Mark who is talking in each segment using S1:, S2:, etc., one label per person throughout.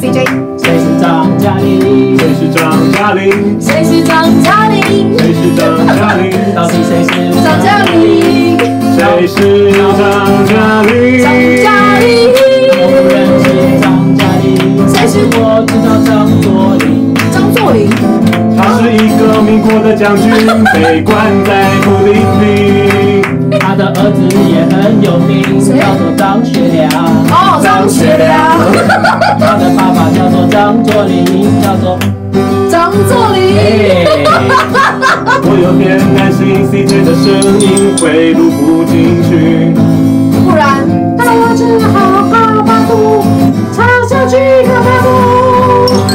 S1: CJ，
S2: 谁是张嘉玲？
S3: 谁是张嘉玲？
S1: 谁是张嘉玲？
S3: 谁是张嘉玲？
S2: 到底谁是
S1: 张嘉？玲，
S3: 谁是张嘉
S1: 张
S3: 玲？
S1: 嘉玲，
S2: 我不认识张嘉玲，
S1: 谁是
S2: 我知道张作霖。
S1: 张作霖，
S3: 他是一个民国的将军，被关在布林林。
S2: 他的儿子也很有名，
S1: 谁
S2: 叫做张学良。
S1: 哦，张学良，
S2: 他的爸爸叫做张作霖，叫做
S1: 张作霖，
S2: 嘿，
S3: 我有点担心 CJ 的声音会录不进去。
S1: 不然我只好好把肚唱下去看看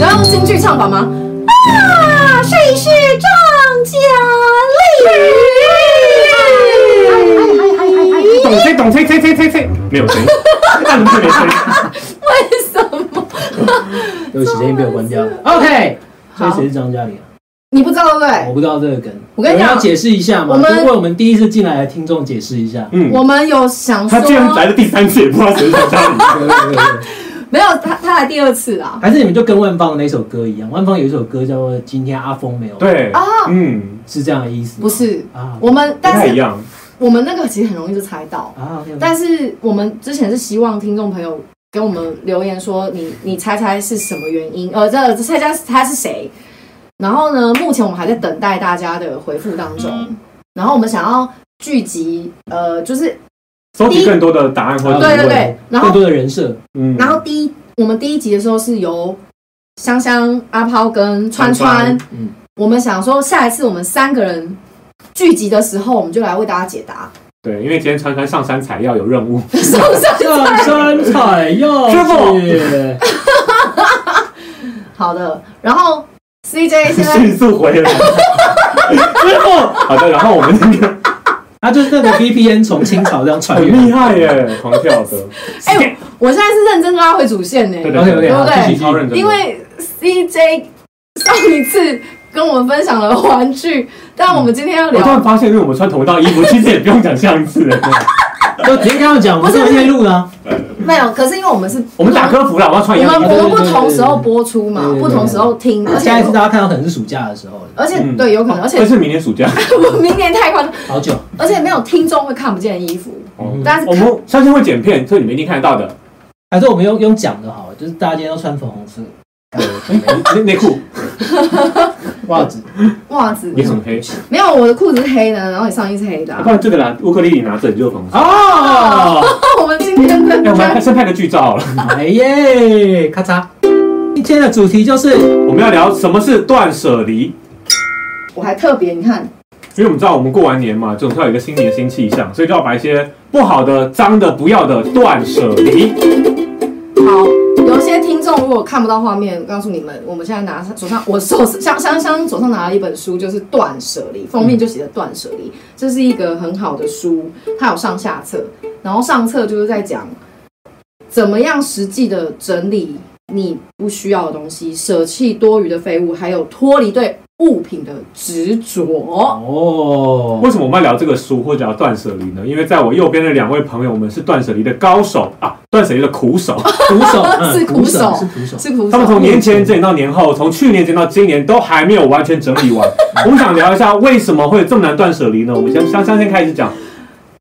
S1: 然后京剧唱法吗？啊，谁是张嘉丽？
S3: 懂吹懂吹吹吹吹吹，没有声音，那怎么会没声音？
S1: 为什么？
S2: 对不起，声音被我关掉了。OK，所以
S1: 好
S2: 谁是张嘉玲啊？
S1: 你不知道对不对？
S2: 我不知道这个梗，
S1: 我跟你
S2: 有人
S1: 讲
S2: 要解释一下嘛，
S1: 我们
S2: 就为我们第一次进来的听众解释一下。
S3: 嗯，
S1: 我们有想
S3: 他竟然来
S1: 说，
S3: 了第三次，也不知道谁是张嘉 玲。
S1: 哦
S2: 对对对对
S1: 没有他，他来第二次啊啦。
S2: 还是你们就跟万芳那首歌一样，万芳有一首歌叫做《今天阿峰没有》，，
S3: 对
S1: 啊
S3: 嗯，
S2: 是这样的意思吗。
S1: 不是
S2: 啊
S1: 我们，
S3: 不
S1: 但
S3: 太一
S1: 是
S3: 样。
S1: 我们那个其实很容易就猜到，
S2: 啊，OK，OK，
S1: 但是我们之前是希望听众朋友给我们留言说你你猜猜是什么原因，呃，这猜猜他是谁。然后呢，目前我们还在等待大家的回复当中。然后我们想要聚集，呃，就是
S3: 收集更多的答案或者
S2: 啊
S3: 疑问
S1: 对对对，然
S2: 更
S1: 后
S2: 多的人设，
S3: 嗯，
S1: 然后第一我们第一集的时候是由香香、阿抛跟川
S3: 川
S1: 川
S3: 川
S2: 嗯，
S1: 我们想说，下一次我们三个人聚集的时候，我们就来为大家解答。
S3: 对，因为今天川川上山采药有任务，
S1: 是不是？
S2: 上山采药
S3: 师傅
S2: 去，
S1: 好的，然后 CJ 现在
S3: 迅速回 来。师傅，好的，然后我们今天
S2: 他就是那个 VPN 从清朝这样传
S3: 很
S2: 阅。
S3: 厉害耶，狂跳的。
S1: 哎我现在是认真拉回主线呢、
S3: 对对
S2: OK
S3: 对
S2: OK，好，
S1: 对
S2: 继续
S3: 超认真的，
S1: 因为 CJ 上一次跟我们分享了玩具，但我们今天要
S3: 我突然
S1: 聊，
S3: 发现，因为我们穿同一套衣服，其实也不用讲上次了。
S2: 就直接跟他们讲，我们
S1: 不是
S2: 是夜录的啊，
S1: 没有，可是因为我们是
S3: 我们打科服啦，我要穿一
S1: 我
S3: 样
S1: 们
S3: 的衣
S2: 对
S1: 我
S3: 服。
S1: 们不同时候播出
S2: 对
S1: 嘛
S2: 对，对
S1: 不同时候听，而
S2: 下一次
S1: 且
S2: 大家看到可能是暑假的时候了，
S1: 而且
S3: 嗯
S1: 对有可能，而且
S3: 但是明年暑假，
S1: 我明年太夸张，
S2: 好久。
S1: 而且没有听众会看不见的衣服，
S3: 哦
S1: 大家
S3: 我
S1: 是看
S3: 们相信会剪片，所以你们一定看得到的。
S2: 还是我们用用讲的好了，就是大家今天要穿粉红色
S3: 哎内内裤
S2: 袜子，
S1: 袜子
S3: 也很黑，
S1: 没有，我的裤子是黑的，然后你上衣是黑的 啊、
S3: 不然这个啦，乌克丽丽拿着你就粉红色。
S2: 哦，
S1: 我们今天的
S3: 哎，我们还先拍个剧照好了。
S2: 哎耶，咔嚓！今天的主题就是
S3: 我们要聊什么是断舍离，
S1: 我还特别，你看，
S3: 因为我们知道我们过完年嘛，总是要有一个新年新气象，所以就要把一些不好的、脏的、不要的断舍离。
S1: 好，有一些听众如果看不到画面，告诉你们，我们现在拿手上，我手香香香手上拿了一本书，就是《断舍离》，封面就写的《断舍离》，这是一个很好的书，它有上下册，然后上册就是在讲怎么样实际的整理你不需要的东西，舍弃多余的废物，还有脱离对物品的执着。
S2: 哦，
S3: 为什么我们要聊这个书或者聊断舍离呢？因为在我右边的两位朋友们是断舍离的高手啊，断舍离的苦手。
S2: 徒手，嗯
S1: 是徒手
S2: 是徒手，
S1: 是苦手
S3: 他们从年前整理到年后，从去年整理到今年都还没有完全整理完。我们想聊一下为什么会有这么难断舍离呢？我们先香香先开始讲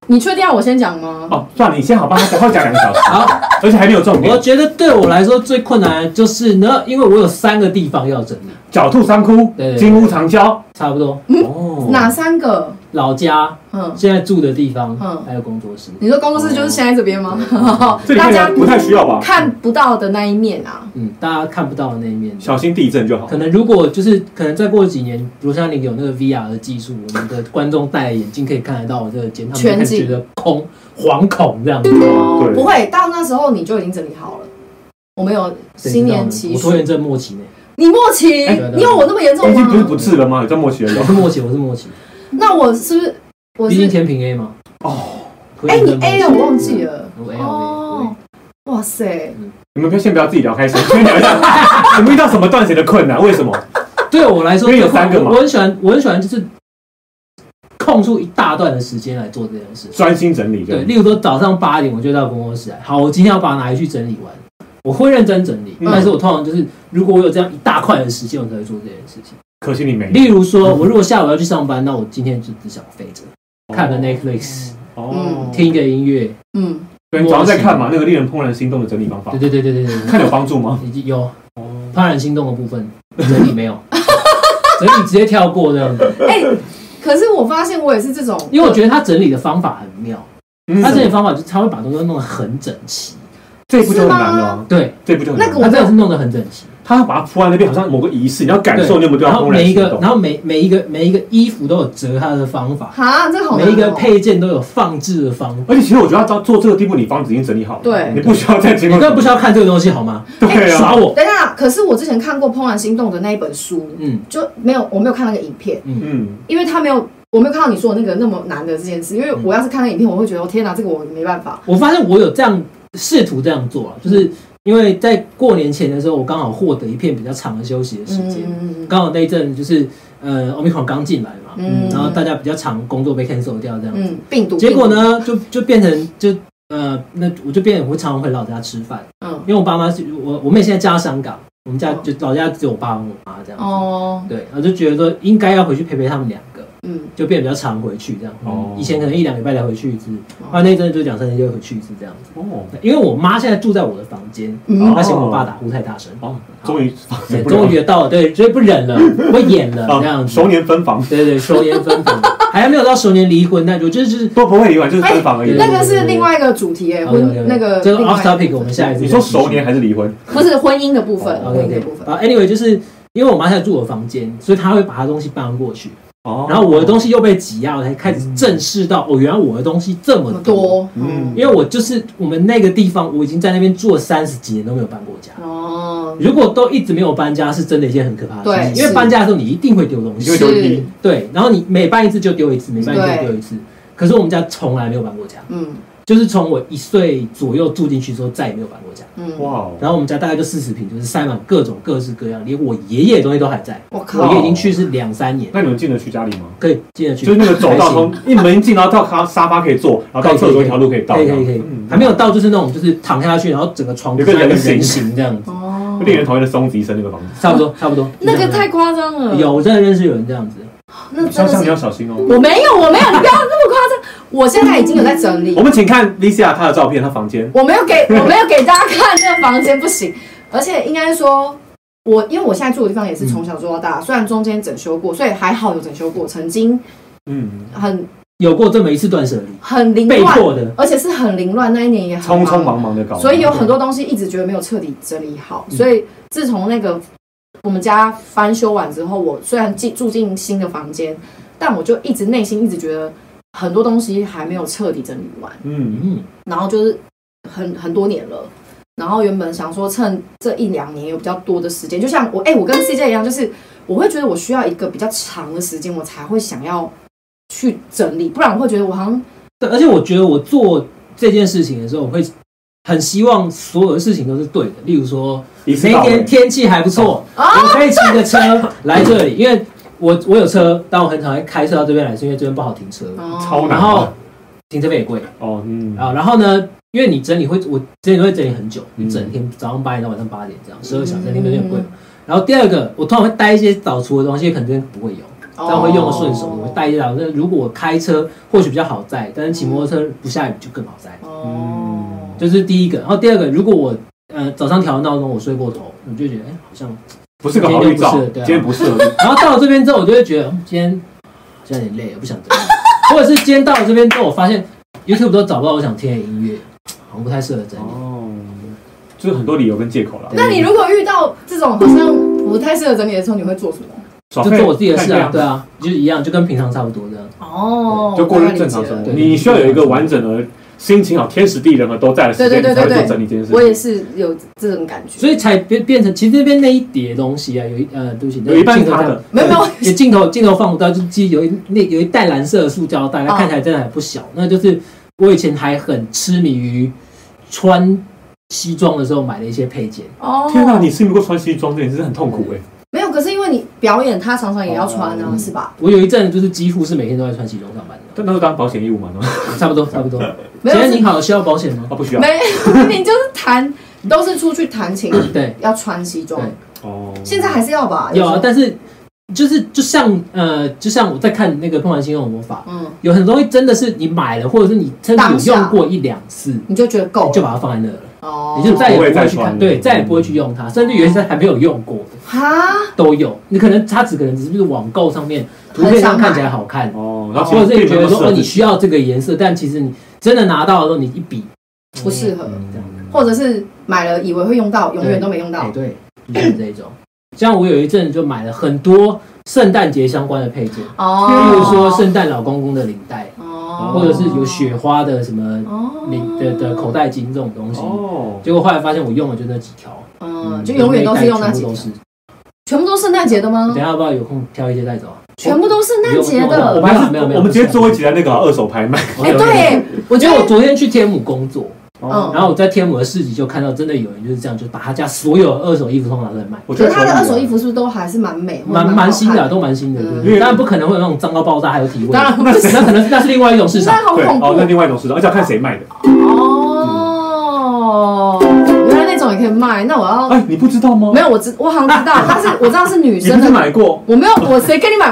S1: 你确定要我先讲吗？
S3: 哦，算了，你先好吧，他讲他讲两个小时，
S2: 好，
S3: 而且还没有重
S2: 我
S3: 点。
S2: 觉得对我来说最困难的就是呢，因为我有三个地方要整理，
S3: 狡兔三窟
S2: 对对，对
S3: 金屋藏娇。
S2: 差不多，
S3: 哦
S1: 哪三个？
S2: 老家
S1: 嗯，
S2: 现在住的地方，
S1: 嗯
S2: 还有工作室，
S1: 你说公司就是现在这边吗？
S3: 这里
S1: 大
S3: 看起
S1: 家
S3: 来不太需要吧？
S1: 看不到的那一面啊。
S2: 嗯，大家看不到的那一面。
S3: 小心地震就好。
S2: 可能如果就是可能再过几年，罗香林有那个 VR 的技术，我们的观众戴眼镜可以看得到我这个肩，他们就
S1: 全
S2: 开
S1: 景
S2: 始觉得空惶恐这样子。
S1: 哦
S3: 对
S1: 不会，到那时候你就已经整理好了。我们有
S2: 谁知
S1: 新
S2: 道呢
S1: 年期
S2: 我拖延症末期呢，
S1: 你默契
S2: 哎对对，对
S1: 你有我那么严重
S3: 已经不是
S1: 吗？
S3: 不治了吗？有叫默契人
S2: 我是末期，我是末期，
S1: 那我是不是 我
S2: 毕竟
S1: 是？
S2: 天平 A 嘛。哦，
S1: 哎，你 A 了，我忘记了。
S2: 我 A 啊了我 A 了
S1: 哦，哇塞，
S3: 你们先不要自己聊开心，先聊一下你们遇到什么断舍的困难？为什么？
S2: 对我来说，
S3: 因为有三个嘛
S2: 我很喜欢，我很喜欢就是空出一大段的时间来做这件事。
S3: 专心整理
S2: 对，
S3: 的。
S2: 例如说早上八点我就到工作室来，好，我今天要把哪一句整理完，我会认真整理，
S3: 嗯
S2: 但是我通常就是如果我有这样一大块的时间，我才会做这件事情。
S3: 可惜你没
S2: 例如说，我如果下午要去上班，那我今天就只想飞着，看个 Netflix，
S3: 哦
S1: 嗯，
S2: 听个音乐，
S1: 嗯，
S3: 对，你早上在看嘛，那个令人怦然心动的整理方法
S2: 对，对对对对对对，
S3: 看有帮助吗？
S2: 已经有怦然心动的部分，整理没有，整理直接跳过这样子，
S1: 哎、可是我发现我也是这种，
S2: 因为我觉得他整理的方法很妙，
S3: 嗯
S2: 他整理方法就是他会把东西弄得很整齐，
S3: 这一步就很难了啊，
S2: 对，
S3: 这一步就很
S1: 那
S3: 难。
S1: 个我
S2: 他真的是弄得很整齐。
S3: 他要把它铺在那边，好像某个仪式，你要感受你有没有对
S2: 然
S3: 它
S2: 后
S3: 怦然
S2: 每一
S3: 心
S2: 个，
S3: 动
S2: 然。后每每一个每一个衣服都有折它的方法，
S1: 哈，这好难、哦。
S2: 每一个配件都有放置的方法。
S3: 而且其实我觉得到做这个地步，你房子已经整理好了，
S1: 对
S3: 你不需要再经
S2: 你
S3: 过，
S2: 根本不需要看这个东西好吗？
S3: 嗯 对啊
S2: 耍，我，
S1: 等一下，可是我之前看过《怦然心动》的那一本书，
S2: 嗯，
S1: 就没有我没有看那个影片，
S3: 嗯，
S1: 因为他没有我没有看到你说的那个那么难的这件事，因为我要是看那个影片，我会觉得哦天哪，这个我没办法。
S2: 我发现我有这样试图这样做啊，
S1: 嗯
S2: 就是因为在过年前的时候，我刚好获得一片比较长的休息的时间，
S1: 嗯
S2: 刚好那一阵就是呃奥密克戎刚进来嘛，
S1: 嗯
S2: 然后大家比较常工作被 cancel 掉这样子，
S1: 嗯，病毒。
S2: 结果？呢就就变成就呃那我就变得我常常回老家吃饭。
S1: 嗯，
S2: 因为我爸妈是我我妹现在嫁到香港，我们家就老家只有我爸跟我妈这样。哦，
S1: 哦，
S2: 对，然后就觉得说应该要回去陪陪他们两个，
S1: 嗯，
S2: 就变得比较常回去这样。
S3: 哦
S2: 哦，以前可能一两个礼拜才回去一次，
S1: 哦
S2: 后来那一阵就两三天就回去一次这样子。
S3: 哦
S2: 因为我妈现在住在我的房间，
S1: 嗯
S2: 她嫌我爸打呼太大声，
S3: 哦，终于
S2: 对，终于也到了，对，所以不 忍了，我演了这
S3: 啊，
S2: 样子。
S3: 熟年分房
S2: 对对，熟年分房，还没有到熟年离婚，那我就是
S3: 都不会离完，就是分房而已
S2: 对哎。
S1: 那个是另外一个主题诶，婚那个
S2: 这个
S1: 另外
S2: off
S1: 一部分
S2: topic，我们下一次
S3: 你说熟年还是离婚？
S1: 不是婚姻的部分，
S3: 哦
S1: 婚
S2: OK
S1: 姻的
S2: OK
S1: 部分。
S2: 啊，anyway，就是因为我妈现在住我房间，所以她会把她东西搬过去，
S3: 哦
S2: 然后我的东西又被挤压，我才开始正视到哦，原来我的东西这
S1: 这
S2: 么
S1: 么
S2: 多。
S1: 多，
S3: 嗯
S1: 嗯，
S2: 因为我就是我们那个地方，我已经在那边住了三十几年都没有搬过家。
S1: 哦，
S2: 如果都一直没有搬家，是真的一件很可怕的事
S1: 对
S2: 情。因
S1: 是
S2: 为搬家的时候你一定会丢东
S3: 你
S2: 西，
S3: 就会留
S1: 是
S3: 一
S2: 对，然后你每搬一次就丢一次，每搬一次
S1: 对
S2: 就丢一次。可是我们家从来没有搬过家，
S1: 嗯
S2: 就是从我一岁左右住进去之后再也没有搬过家。
S1: 嗯，
S3: 哇哦，
S2: 然后我们家大概就四十平，就是塞满各种各式各样，连我爷爷的东西都还在。
S1: 我
S2: 我
S1: 靠
S2: 爷，已经去世两三年，
S3: 那你们进得去家里吗？
S2: 可以进得去，
S3: 就是那个走道从
S2: 还行
S3: 一门一进，然后到咖沙发可以坐，然后到厕所一条路可以到，
S2: 可以可以可以
S3: 嗯，
S2: 还没有到就是那种就是躺下去，然后整个床
S3: 有
S2: 铺
S3: 个
S2: 上
S3: 人
S2: 一个
S3: 形
S2: 人形这样子，
S1: 哦，
S3: 令人讨厌的松子一生那个房子，
S2: 差不多差不多。
S1: 那个
S2: 就这样
S1: 太夸张了，
S2: 有，我真的认识有人这样子，
S1: 那真
S3: 像
S1: 的
S3: 像你
S1: 嗯是
S3: 要小心哦。
S1: 我没有，我没有，你不要那么夸张。我现在已经有在整理
S3: 我，们请看 Lisa 她的照片，她房间
S1: 我没有给，我没有给大家看那个房间不行，而且应该说。我因为我现在住的地方也是从小住到大，虽然中间整修过，所以还好有整修过。曾经
S3: 嗯，
S1: 很
S2: 有过这么一次断舍离，
S1: 很凌
S2: 被
S1: 乱，
S2: 迫的。
S1: 而且是很凌乱，那一年也很
S3: 嗯匆
S1: 忙
S3: 匆忙忙的搞，
S1: 所以有很多东西一直觉得没有彻底整理好，
S2: 嗯
S1: 所以自从那个我们家翻修完之后，我虽然进住进新的房间，但我就一直内心一直觉得很多东西还没有彻底整理完，
S3: 嗯，
S2: 嗯，
S1: 然后就是很很多年了。然后原本想说趁这一两年有比较多的时间，就像我哎、我跟 CJ 一样，就是我会觉得我需要一个比较长的时间，我才会想要去整理，不然我会觉得我好像
S2: 对，而且我觉得我做这件事情的时候，我会很希望所有的事情都是对的。例如说，
S3: 一次
S2: 那一
S3: 到
S2: 天
S3: 位。
S2: 天气还不错，
S3: 哦
S1: 哦
S2: 我可以骑着车来这里，因为我我有车，但我很常会开车到这边来，是因为这边不好停车，
S1: 哦
S3: 超
S2: 然
S3: 难
S2: 后停车费也贵
S3: 哦，嗯，
S2: 啊。然后呢，因为你整理会，我整理会整理很久，
S3: 嗯
S2: 你整天早上八点到晚上八点这样，十二小时，那边有点贵。然后第二个，我通常会带一些早厨的东西，可能这边不会有。
S3: 哦
S1: 这
S2: 这样会用的顺手，我
S1: 哦
S2: 带一辆。那如果我开车或许比较好载，但是骑摩托车不下雨就更好载。
S1: 哦，
S2: 这是第一个，然后第二个，如果我呃早上调的闹钟我睡过头，我就觉得哎、好像，
S3: 不是个好预兆，今
S2: 今
S3: 天
S2: 天
S3: 不适合。
S2: 然后到了这边之后我就会觉得、嗯今天好像有点累，我不想 这样，或者是今天到了这边之后我发现 YouTube 都找不到我想听的音乐，好像不太适合整理。
S3: 哦，就是很多理由跟借口了。
S1: 那你如果遇到这种好像不太适合整理的时候，你会做什么？
S3: 耍
S2: 就
S3: 废
S2: 做我自己的事啊，
S3: 看这
S2: 对
S3: 样
S2: 啊，就是一样，就跟平常差不多这样。
S1: 哦
S3: 就过日正常生活。
S2: 对
S3: 你需要有一个完整的心情好，天时地人和都在的时间，
S1: 对对对
S3: 你才会
S1: 对
S3: 做
S1: 对
S3: 整理这件事。
S1: 我也是有这种感觉，
S2: 所以才变变成，其实那边那一叠东西啊，有一呃，对不起，
S3: 有一半
S2: 镜头
S3: 是他
S2: 这样
S3: 的，
S1: 没有没有
S2: 有镜头镜头放不到，就记有一那有一袋蓝色的塑胶袋，它
S1: 哦
S2: 看起来真的还不小。那就是我以前还很痴迷于穿西装的时候买的一些配件，
S1: 哦
S3: 天哪，你是不是穿西装这件事很痛苦哎。
S1: 没有？可是因为为你表演他常常也要穿啊，
S2: 嗯
S1: 是吧？
S2: 我有一阵就是几乎是每天都在穿西装上班
S3: 但那时候当保险业务嘛，然后
S2: 的，差不多差不多。
S1: 没
S2: 姐
S1: 有
S2: 姐你好，需要保险吗？
S3: 啊不需要
S1: 没，你就是弹，都是出去弹琴
S2: 对，
S1: 要穿西装
S2: 对，
S3: 哦，
S1: 现在还是要吧？
S2: 有啊，
S1: 时
S2: 但是就是就像呃，就像我在看那个《怦然心动的魔法》，
S1: 候嗯，
S2: 有很多东西真的是你买了，或者是你真的有
S1: 当下
S2: 用过一两次，
S1: 你就觉得够
S2: 你就
S1: 了
S2: 把它放在那了，
S1: 哦嗯
S2: 你就再也
S3: 不会
S2: 不会
S3: 再
S2: 去看，
S3: 穿
S2: 对，
S3: 了
S2: 再也不会去用它，甚至有一些还没有用过的
S1: 哈，
S2: 都有。你可能它只可能只是网购上面图片上看起来好看，
S3: 哦，然后
S2: 或者是你觉得说哦你
S3: 你
S2: 需要这个颜色，但其实你真的拿到的时候你一比
S1: 不适合，
S3: 嗯
S2: 这样子，
S1: 或者是买了以为会用到，永远
S2: 对
S1: 都没用
S2: 哎
S1: 到。
S2: 对，就是这一种。像我有一阵就买了很多圣诞节相关的配件，
S1: 哦，
S2: 譬如说圣诞老公公的领带，
S1: 哦，
S2: 或者是有雪花的什么
S1: 哦
S2: 领的的口，袋巾这种东西。
S3: 哦，
S2: 结果后来发现我用的就那几条，
S1: 嗯，就永远都是用那几条
S2: 全部都，是
S1: 全部都圣诞节的
S2: 等
S1: 吗
S2: 一？下要不要有空挑一些带走啊？
S1: 全部都圣诞节
S2: 不用
S1: 的
S3: 我。们还是
S2: 没有没有
S3: 我们直接做一集来那个二手拍卖，
S1: 哎， 对，
S2: 我觉得我昨天去天母工作，
S3: 哦
S1: 嗯
S2: 然后我在天母的市集就看到真的有人就是这样，就把他家所有二手衣服通拿出来卖，
S3: 我觉
S1: 可
S3: 得
S1: 是他的
S3: 可以啊
S1: 二手衣服是不是都还是蛮美，或者
S2: 蛮
S1: 好
S2: 蛮
S1: 看
S2: 新的啊，都蛮新的，对不
S3: 嗯
S2: 对？当然不可能会有那种脏到爆炸还有体味，
S1: 当然不是，
S2: 那可能那是另外一种市场。
S1: 那好
S3: 对
S1: 恐
S3: 哦，那
S1: 怖
S3: 另外一种市场，而且要看谁卖的。
S1: 哦。原来那种也可以卖，那我要
S3: 哎，你不知道吗？
S1: 没有，我知我好像知道， 但是我知道是女
S3: 你
S1: 生
S3: 不是
S1: 的。
S3: 买过？
S1: 我没有，我谁跟你买？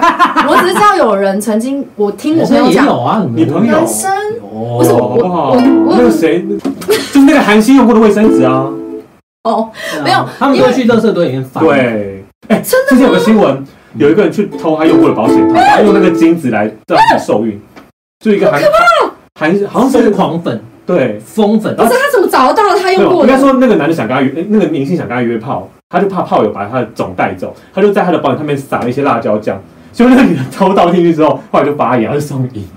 S1: 我只是知道有人曾经，我听我
S2: 男
S1: 朋友
S2: 生也
S1: 讲，
S2: 有啊，很多
S3: 你朋友
S1: 男生
S2: 有
S1: 不是
S3: 有
S1: 我
S3: 哦好不好
S1: 我我？
S3: 那 个谁，就是那个韩星用过的卫生纸啊。
S1: 哦，
S2: 对啊
S1: 没有
S2: 他们都去乐色堆里面翻。，
S3: 对，哎，
S1: 真哎
S3: 之前有个新闻，有一个人去偷他用过的保险套，他用那个金子来让自己受孕，就一个韩韩好像
S2: 疯
S3: 是
S2: 狂粉、
S3: 对，
S2: 疯粉
S1: 不，是他怎么找得到他
S3: 没
S1: 用
S3: 有
S1: 过
S3: 哦应
S1: 的
S3: 该？说那个男的想跟他约，哎那个明星想跟他约炮，他就怕炮友把他的种带走，他就在他的保险上面撒了一些辣椒酱，结果那个女的偷倒进去之后，后来就发炎，他就送医。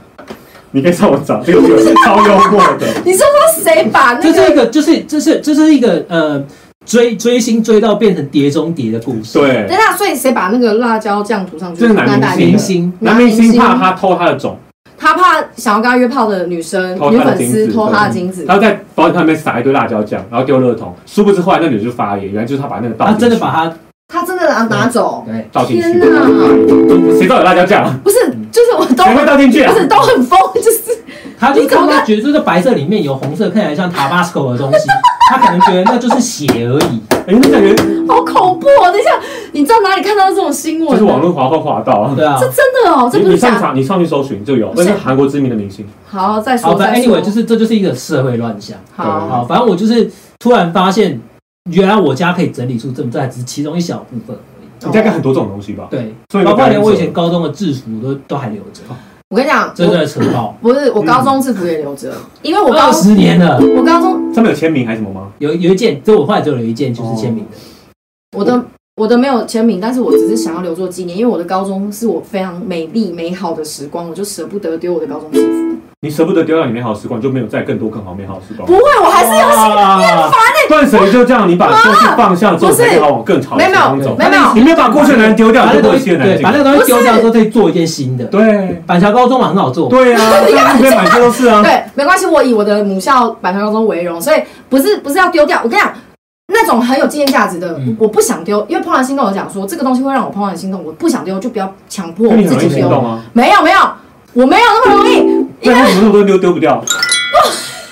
S3: 你可以上网找这个新闻，超幽默的。
S1: 你是说谁把那
S2: 这是一
S1: 个？
S2: 个，就是这是这是一个呃追追星追到变成碟中谍的故事。，
S3: 对
S1: 对，啊，所以谁把那个辣椒酱涂上去？
S3: 这是男明
S1: 男
S2: 明
S1: 的
S2: 星
S3: 男明星怕他偷他的种，
S1: 他怕想要跟他约炮的女生、
S3: 偷
S1: 女
S3: 他的
S1: 粉
S3: 精
S1: 丝
S3: 子嗯
S1: 偷他的精子，
S3: 他在保险上面撒一堆辣椒酱，然后丢垃圾桶，殊不知后来那女的就发炎，原来就是他把那个倒
S2: 他
S1: 啊
S3: 进
S2: 真
S3: 去，
S2: 的把他
S1: 他真的拿拿走？
S2: 对
S3: 倒进去
S1: 天，哪
S3: 谁倒有辣椒酱？
S1: 不是，就是我都
S3: 谁会倒进去啊
S1: 不？是都很疯，就是
S2: 他就
S1: 你怎么
S2: 看他
S1: 看
S2: 觉得这个白色里面有红色，看起来像 Tabasco 的东西，他可能觉得那就是血而已。
S3: 哎，那感觉
S1: 好恐怖哦！等一下，你知道哪里看到这种新闻？啊
S3: 就是网络滑会滑到啊。
S2: 对啊
S1: 这，真的哦，这
S3: 你
S1: 不
S3: 你
S1: 是
S3: 上
S1: 假。
S3: 场，你上去搜寻就有，那是韩国知名的明星。
S1: 好，再
S2: 好，
S1: 说
S2: 反
S1: 再
S2: 正
S1: 说。
S2: anyway 就是这就是一个社会乱象。
S1: 好，
S2: 好，反正我就是突然发现，原来我家可以整理出这么这还只是其中一小部分而已。
S1: 哦
S3: 你家应该很多这种东西吧？
S2: 对，
S3: 所以
S2: 包括
S3: 你感觉
S2: 连我以前高中的制服都都还留着，
S1: 我跟你讲，
S2: 真
S1: 我
S2: 的扯爆，
S1: 不是我高中制服也留着，因为我高
S2: 二十年了。
S1: 我高中
S3: 上面有签名还是什么吗？
S2: 有有一件，这我后来只有一件就是签名的，
S1: 我的我的没有签名，但是我只是想要留作纪念，因为我的高中是我非常美丽美好的时光，我就舍不得丢我的高中制服。
S3: 你舍不得丢掉你美好的时光，就没有再更多更好美好的时光
S1: 不。会，我还是有
S2: 啊，
S3: 断舍离就这样，你把过去放下之后，
S1: 不是
S3: 才能往更好的地方走。
S1: 没有没有
S3: 你没有把过去的难丢掉，
S2: 把
S3: 你
S2: 那
S3: 就不
S2: 东
S3: 会
S2: 西
S3: 新的难
S2: 对，
S3: 进
S2: 把那
S3: 来。
S2: 东西丢掉之后再做一件新的。
S3: 对
S2: 板桥高中嘛很好做，
S3: 对 啊，像日本满街都是啊。
S1: 对，没关系，我以我的母校板桥高中为荣，所以不是不是要丢掉。我跟你讲，那种很有纪念价值的，
S2: 嗯
S1: 我不想丢，因为怦然心动有讲说这个东西会让我怦然心动，我不想丢，就不要强迫
S3: 那
S1: 我
S3: 你很
S1: 自
S3: 容易
S1: 己丢。
S3: 心动啊，
S1: 没有没有，我没有那么容易。
S3: 那为什么那么多人丢丢不掉？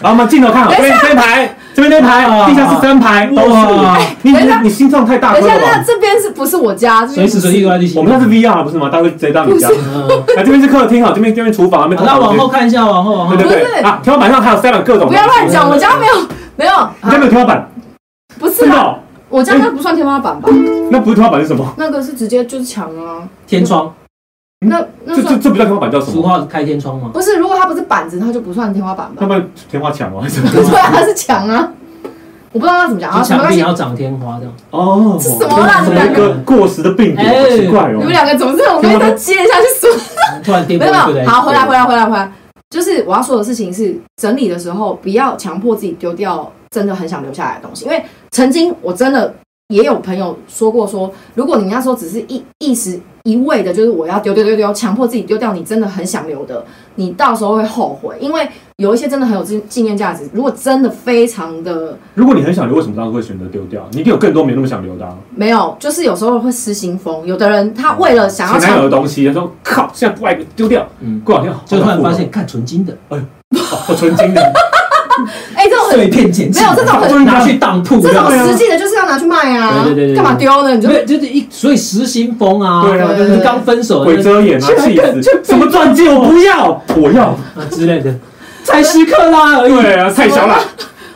S3: 然后我们镜头看好，这
S1: 等一
S3: 边这边排，这边这边排，地下室三排都
S2: 啊哇
S3: 是。你
S1: 等一下
S3: 你你心脏太 大
S1: 等一
S3: 颗
S1: 下，
S3: 了
S1: 那
S3: 吧？
S1: 这边是不是我家？这边
S2: 随
S1: 不
S2: 时
S1: 是
S2: 随地都在去新。
S3: 我们那是 VR 不是吗？大会直接到你家。
S2: 嗯
S3: 哎，这边是客厅好，这边这边厨房，那边
S2: 那往后看一下，往后往后
S3: 对，对
S1: 不
S3: 对
S1: 是
S3: 啊，天花板上还有塞满各种。
S1: 不要乱讲，我家没有没有，啊
S3: 你家没有天花板，
S1: 不是
S3: 真的
S1: 啊，
S3: 哦？
S1: 我家那不算天花板吧？
S3: 那不是天花板是什么？
S1: 那个是直接就是墙啊，
S2: 天窗，
S3: 嗯
S1: 那那
S3: 这这
S1: 算
S3: 这不叫天花板，叫什
S2: 俗
S3: 么？
S2: 话开天窗嘛，
S1: 不是？如果它不是板子，它就不算天花板吧
S3: 那？不天花墙吗？还是什 么？
S1: 对啊，它是墙啊，我不知道它怎么讲啊，
S2: 就
S1: 没
S2: 墙
S1: 关
S2: 壁
S1: 系
S2: 也。要长天花这样。
S3: 哦，
S1: 这什么啦
S3: 这是一个过时的病毒，
S2: 哎
S3: 好奇怪
S1: 你
S3: 哦
S1: 们。两个总是我跟他接下去说，
S2: 突然颠
S1: 没
S2: 簸
S1: 有
S2: 一
S1: 没
S2: 堆
S1: 有，好，回来回来回来回来，就是我要说的事情是，整理的时候不要强迫自己丢掉真的很想留下来的东西，因为曾经我真的也有朋友说过说，如果你那时候只是一一时一味的，就是我要丢丢丢丢，强迫自己丢掉你真的很想留的，你到时候会后悔，因为有一些真的很有纪纪念价值。如果真的非常的
S3: 如果你很想留，为什么当时会选择丢掉？你一定有更多没那么想留的、啊，
S1: 没有，就是有时候会失心疯，有的人他为了想要
S3: 前男友
S1: 强
S3: 的东西，他说靠，现在不爱丢掉，
S2: 嗯，
S3: 过两天好
S2: 就突然发现，看纯金的
S3: 哦我纯 金的，
S1: 哎、这种很
S2: 碎片捡起来，
S1: 没有这种很
S2: 就是拿去当铺，
S1: 这种
S3: 对啊
S1: 实际的就是要拿去卖啊，
S2: 对对对对对
S1: 干嘛丢呢？你就
S2: 没有就是一，所以失心疯啊，
S3: 对啊，就是
S1: 对
S2: 刚分手
S3: 鬼
S2: 的
S3: 遮眼 啊，气死！什么钻戒我不要，我要。
S2: 那啊之类的，才十克拉而已，
S3: 对啊，太小了。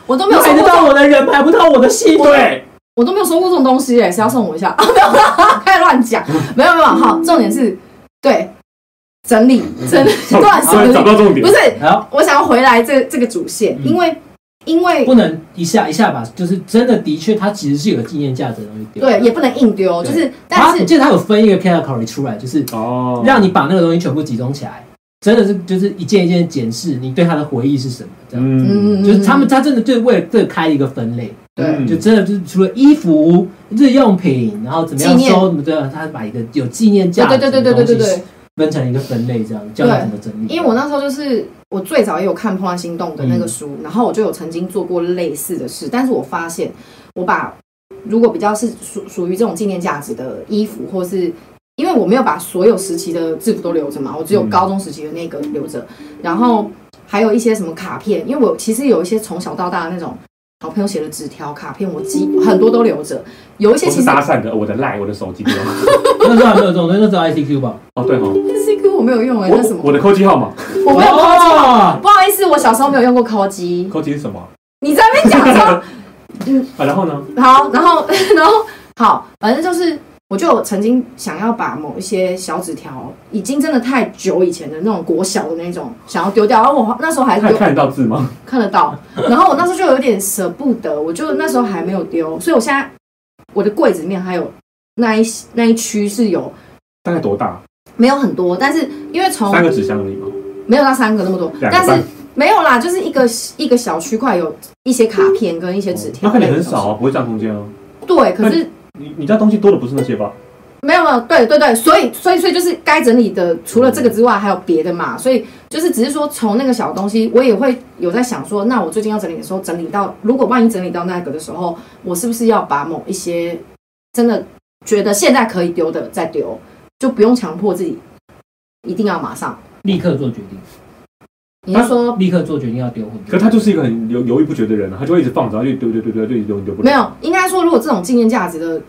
S1: 我都没有收
S2: 买得
S1: 过这
S2: 到我的人，买不到我的心，
S3: 对，
S1: 我都没有收过这种东西哎、谁要送我一下？ 啊，没有啦，开始乱讲，没有没有。好，重点是，对，整理整理断舍
S3: 哦突然找
S1: 离，
S3: 到重点
S1: 不。是，
S2: 好，
S1: 我想要回来这这个主线，
S2: 嗯
S1: 因为因为
S2: 不能一下一下把，就是真的的确，它其实是有个纪念价值的东西丢。
S1: 对也不能硬丢，就是但
S2: 它我
S1: 是
S2: 记得它有分一个 category 出来，就是
S3: 哦
S2: 让你把那个东西全部集中起来，真的是就是一件一件检视你对它的回忆是什么，这样。
S3: 嗯，
S1: 嗯，
S2: 就是他们，他真的就为了这个开一个分类，
S1: 对
S3: 嗯
S2: 就真的就是除了衣服、日用品，然后怎么样
S1: 纪念
S2: 收什么的，他把一个有纪念价值
S1: 对对
S2: 的
S1: 对对对对
S2: 东
S1: 对
S2: 西，分成一个分类，这样教你怎么整理。
S1: 因为我那时候就是我最早也有看《怦然心动》的
S3: 嗯
S1: 那个书，然后我就有曾经做过类似的事，但是我发现我把如果比较是属属于这种纪念价值的衣服，或是因为我没有把所有时期的制服都留着嘛，我只有
S3: 嗯
S1: 高中时期的那个留着，然后还有一些什么卡片，因为我其实有一些从小到大的那种好朋友写的纸条、卡片，我几很多都留着，有一些
S3: 我
S1: 其
S3: 是
S1: 实
S3: 搭讪的，哦我的赖，我的手机不要。
S2: 那时候还没有这种，那时候 ICQ 吧，
S3: 哦，对哦，
S1: CQ 我没有用哎、那什
S3: 我
S1: 么
S3: 我的扣机号码，
S1: 我没有抠机，
S2: 哦
S1: 不好意思，我小时候没有用过抠机。
S3: 扣机是什么？
S1: 你在那边讲说
S3: 啊，然后呢？
S1: 好，然后 然后好，反正就是我就曾经想要把某一些小纸条，已经真的太久以前的那种国小的那种，想要丢掉。然后我那时候还
S3: 看
S1: 丢
S3: 看得到字吗？
S1: 看得到，然后我那时候就有点舍不得，我就那时候还没有丢，所以我现在我的柜子里面还有那一那一区是有
S3: 大概多大？
S1: 没有很多，但是因为从
S3: 三个纸箱而已吗？
S1: 没有那三个那么多，
S3: 两个
S1: 但
S3: 半
S1: 是没有啦，就是一个一个小区块有一些卡片跟一些纸条，
S3: 那看起来很少啊，不会占空间啊。
S1: 对，可是
S3: 你你家东西多的不是那些吧？
S1: 没有没有，对对对，所以所以所以就是该整理的，除了这个之外还有别的嘛，所以就是只是说从那个小东西，我也会有在想说，那我最近要整理的时候，整理到如果万一整理到那个的时候，我是不是要把某一些真的觉得现在可以丢的再丢，就不用强迫自己一定要马上。
S2: 立刻做决定，
S1: 你是说、
S2: 立刻做决定要丢或不
S3: 可
S2: 丢
S3: 是他就是一个很犹犹豫不决的人啊，他就会一直放着，他就丢丢丢丢，就一直丢丢不了
S1: 没。有？应该说，如果这种纪念价值的，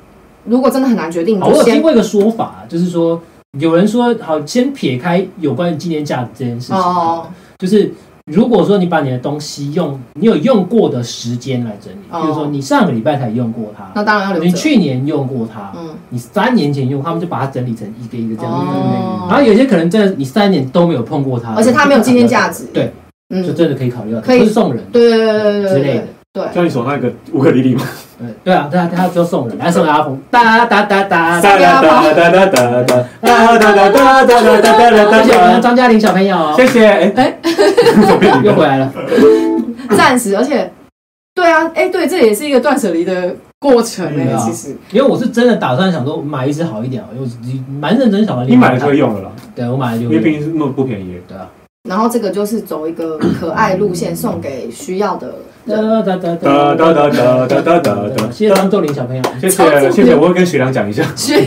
S1: 如果真的很难决定，
S2: 好我
S1: 就
S2: 有听
S1: 先
S2: 过一个说法，就是说有人说，好，先撇开有关于纪念价值这件事情，
S1: 哦
S2: 就是如果说你把你的东西用你有用过的时间来整理，
S1: 哦
S2: 比如说你上个礼拜才用过它，
S1: 那当然要留
S2: 你
S1: 着。
S2: 去年用过它，
S1: 嗯，
S2: 你三年前用，他们就把它整理成一个一个这样子分类。
S1: 哦
S2: 然后有些可能真的你三年都没有碰过它，
S1: 而且它没有纪念价值
S2: 对，
S1: 嗯，
S2: 就
S1: 对
S2: 真的可以考虑到它，
S1: 可以
S2: 不是送人。
S1: 对对对对
S2: 之
S1: 对
S2: 类
S1: 对
S2: 的，
S1: 对。
S3: 像你手上那个乌克丽丽吗？
S2: 对对啊，对啊，他就送人，他送给阿峰，哒哒哒哒哒，
S3: 哒哒哒哒哒哒哒哒哒哒哒哒哒哒哒
S2: 啊而且我们的
S3: 哒
S2: 张嘉玲小朋友
S3: 谢谢。哎哎，怎么变你
S2: 又
S3: 的？
S2: 回来了。
S1: 暂时，而且，对啊，哎、对，这也是一个断舍离的过程哎、
S2: 嗯啊
S1: 其实
S2: 因为我是真的打算想说买一只好一点，哦因为我蛮认真想要。
S3: 你买了就会，用了啦，
S2: 对我买了就
S3: 因
S2: 会
S3: 为毕
S2: 用。
S3: 竟是那么不便宜。
S2: 对啊，
S1: 然后这个就是走一个可爱路线，送给需要的人。
S2: 哒哒哒
S3: 哒哒哒哒哒哒哒哒。
S2: 谢谢张作霖小朋友。
S1: 哦
S3: 谢谢谢谢，我会跟学良讲一下，
S1: 学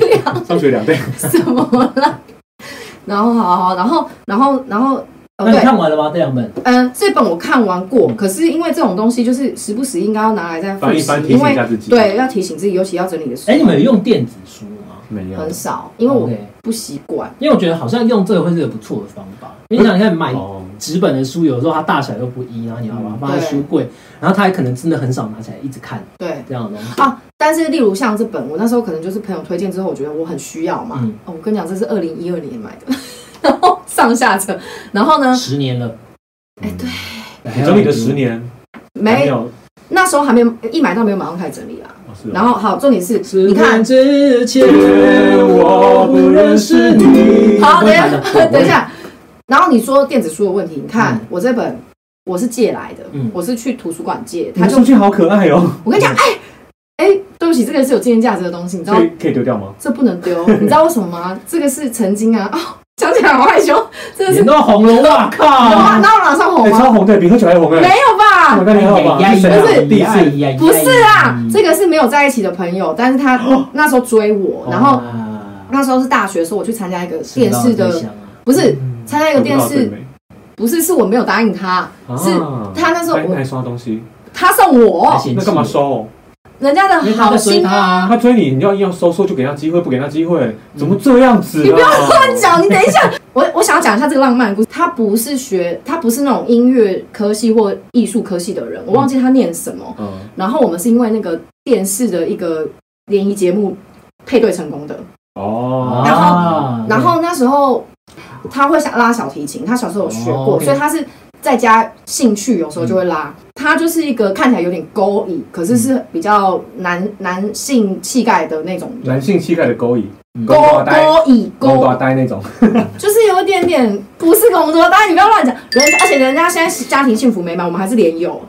S3: 张学良对，
S1: 什么啦？ 然后，好好，然后，然后，然后，哦
S2: 那你
S1: 对，
S2: 看完嗯了吗？这两本？
S1: 嗯、这本我看完过，可是因为这种东西就是时不时应该要拿来再复
S3: 翻一
S1: 习
S3: 翻，提
S1: 因
S3: 醒一
S1: 为
S3: 下自己。，
S1: 对要提醒自己，尤其要整理的时候。
S2: 哎，你们有用电子书吗？
S3: 没有
S1: 很少，因为我
S2: OK
S1: 不习惯。
S2: 因为我觉得好像用这个会是个不错的方法。因为你想，你看买
S3: 哦，
S2: 纸本的书，有时候它大小又不一，然后你要把
S1: 嗯
S2: 它放在书柜，然后它还可能真的很少拿起来一直看
S1: 对，
S2: 这样的东 西。
S1: 啊，但是例如像这本，我那时候可能就是朋友推荐之后，我觉得我很需要嘛。
S2: 嗯
S1: 哦、我跟你讲，这是二零一二年买的， 然后上下册，然后呢，
S2: 十年了，
S1: 啊哎对
S3: 你整理了十，年，
S1: 没
S3: 有，
S1: 那时候还没有一买到没有马上开始整理啦。
S3: 哦是哦
S1: 然后好，重点是，
S2: 十
S1: 你看
S2: 年，之前
S3: 我不认识你
S1: 好，
S2: 不
S1: 等
S2: 会
S1: 一
S2: 弹
S1: 下，
S2: 的不会
S1: 等一下，然后你说电子书的问题，你看、我这本我是借来的，
S2: 嗯嗯
S1: 我是去图书馆借，
S3: 你
S1: 他
S3: 的
S1: 就
S3: 数据好可爱哦，
S1: 我跟你讲，哎、哎、对对不起，这个是有纪念价值的东西，你知道
S3: 所以可以丢掉吗？
S1: 这不能 丢，你知道为什么吗？这个是曾经啊，哦，讲起来好害羞，这个是
S2: 脸都红了，哇靠！
S1: 那那我哪上红
S3: 哎，超
S1: 哦吗？
S3: 红的，比喝酒还红
S1: 没
S3: 哎！
S1: 有吧
S3: 我？跟你好吧，
S2: 呀呀
S3: 谁啊
S1: 哎不是
S3: 第一
S2: 呀
S3: 次，
S2: 呀呀
S1: 不是啦，
S2: 嗯
S1: 这个啊是没有在一起的朋友，但是他
S2: 哦
S1: 那时候追我，然后
S2: 啊
S1: 那时候是大学的时候，我去参加一个电视
S2: 什么都有对
S1: 的，
S2: 象啊
S3: 嗯
S1: 不是参加一个电
S3: 我不知道对
S1: 视，
S3: 没
S1: 不是是我没有答应他，是
S3: 啊
S1: 他那时候
S3: 还
S1: 我
S3: 还刷东西，
S1: 他送
S2: 还
S1: 我
S2: 嫌弃
S3: 那干嘛收？
S1: 人家
S2: 因为
S1: 的
S2: 他
S1: 好
S2: 在追
S1: 心
S2: 他啊
S1: 啊。
S3: 他追你，你要硬要收，收就给他机会，不给他机会，怎么这样子啊？
S1: 嗯你不要乱讲，你等一下，我我想要讲一下这个浪漫的故事。他不是学，他不是那种音乐科系或艺术科系的人，我忘记他念什么。
S3: 嗯，
S1: 然后我们是因为那个电视的一个联谊节目配对成功的，
S3: 哦，
S1: 然后
S2: 啊
S1: 然后那时候他会想拉小提琴，他小时候有学
S2: 哦
S1: 过，
S2: ，OK 嗯
S1: 所以他是在家兴趣有时候就会拉。他就是一个看起来有点勾引，可是是比较男男性气概的那种人
S3: 男性气概的勾引，
S2: 嗯
S1: 勾勾引
S3: 勾
S1: 勾，
S3: 搭呆那种，
S1: 就是有一点点不是工作，当然你不要乱讲。人家而且人家现在家庭幸福美满，我们还是连友，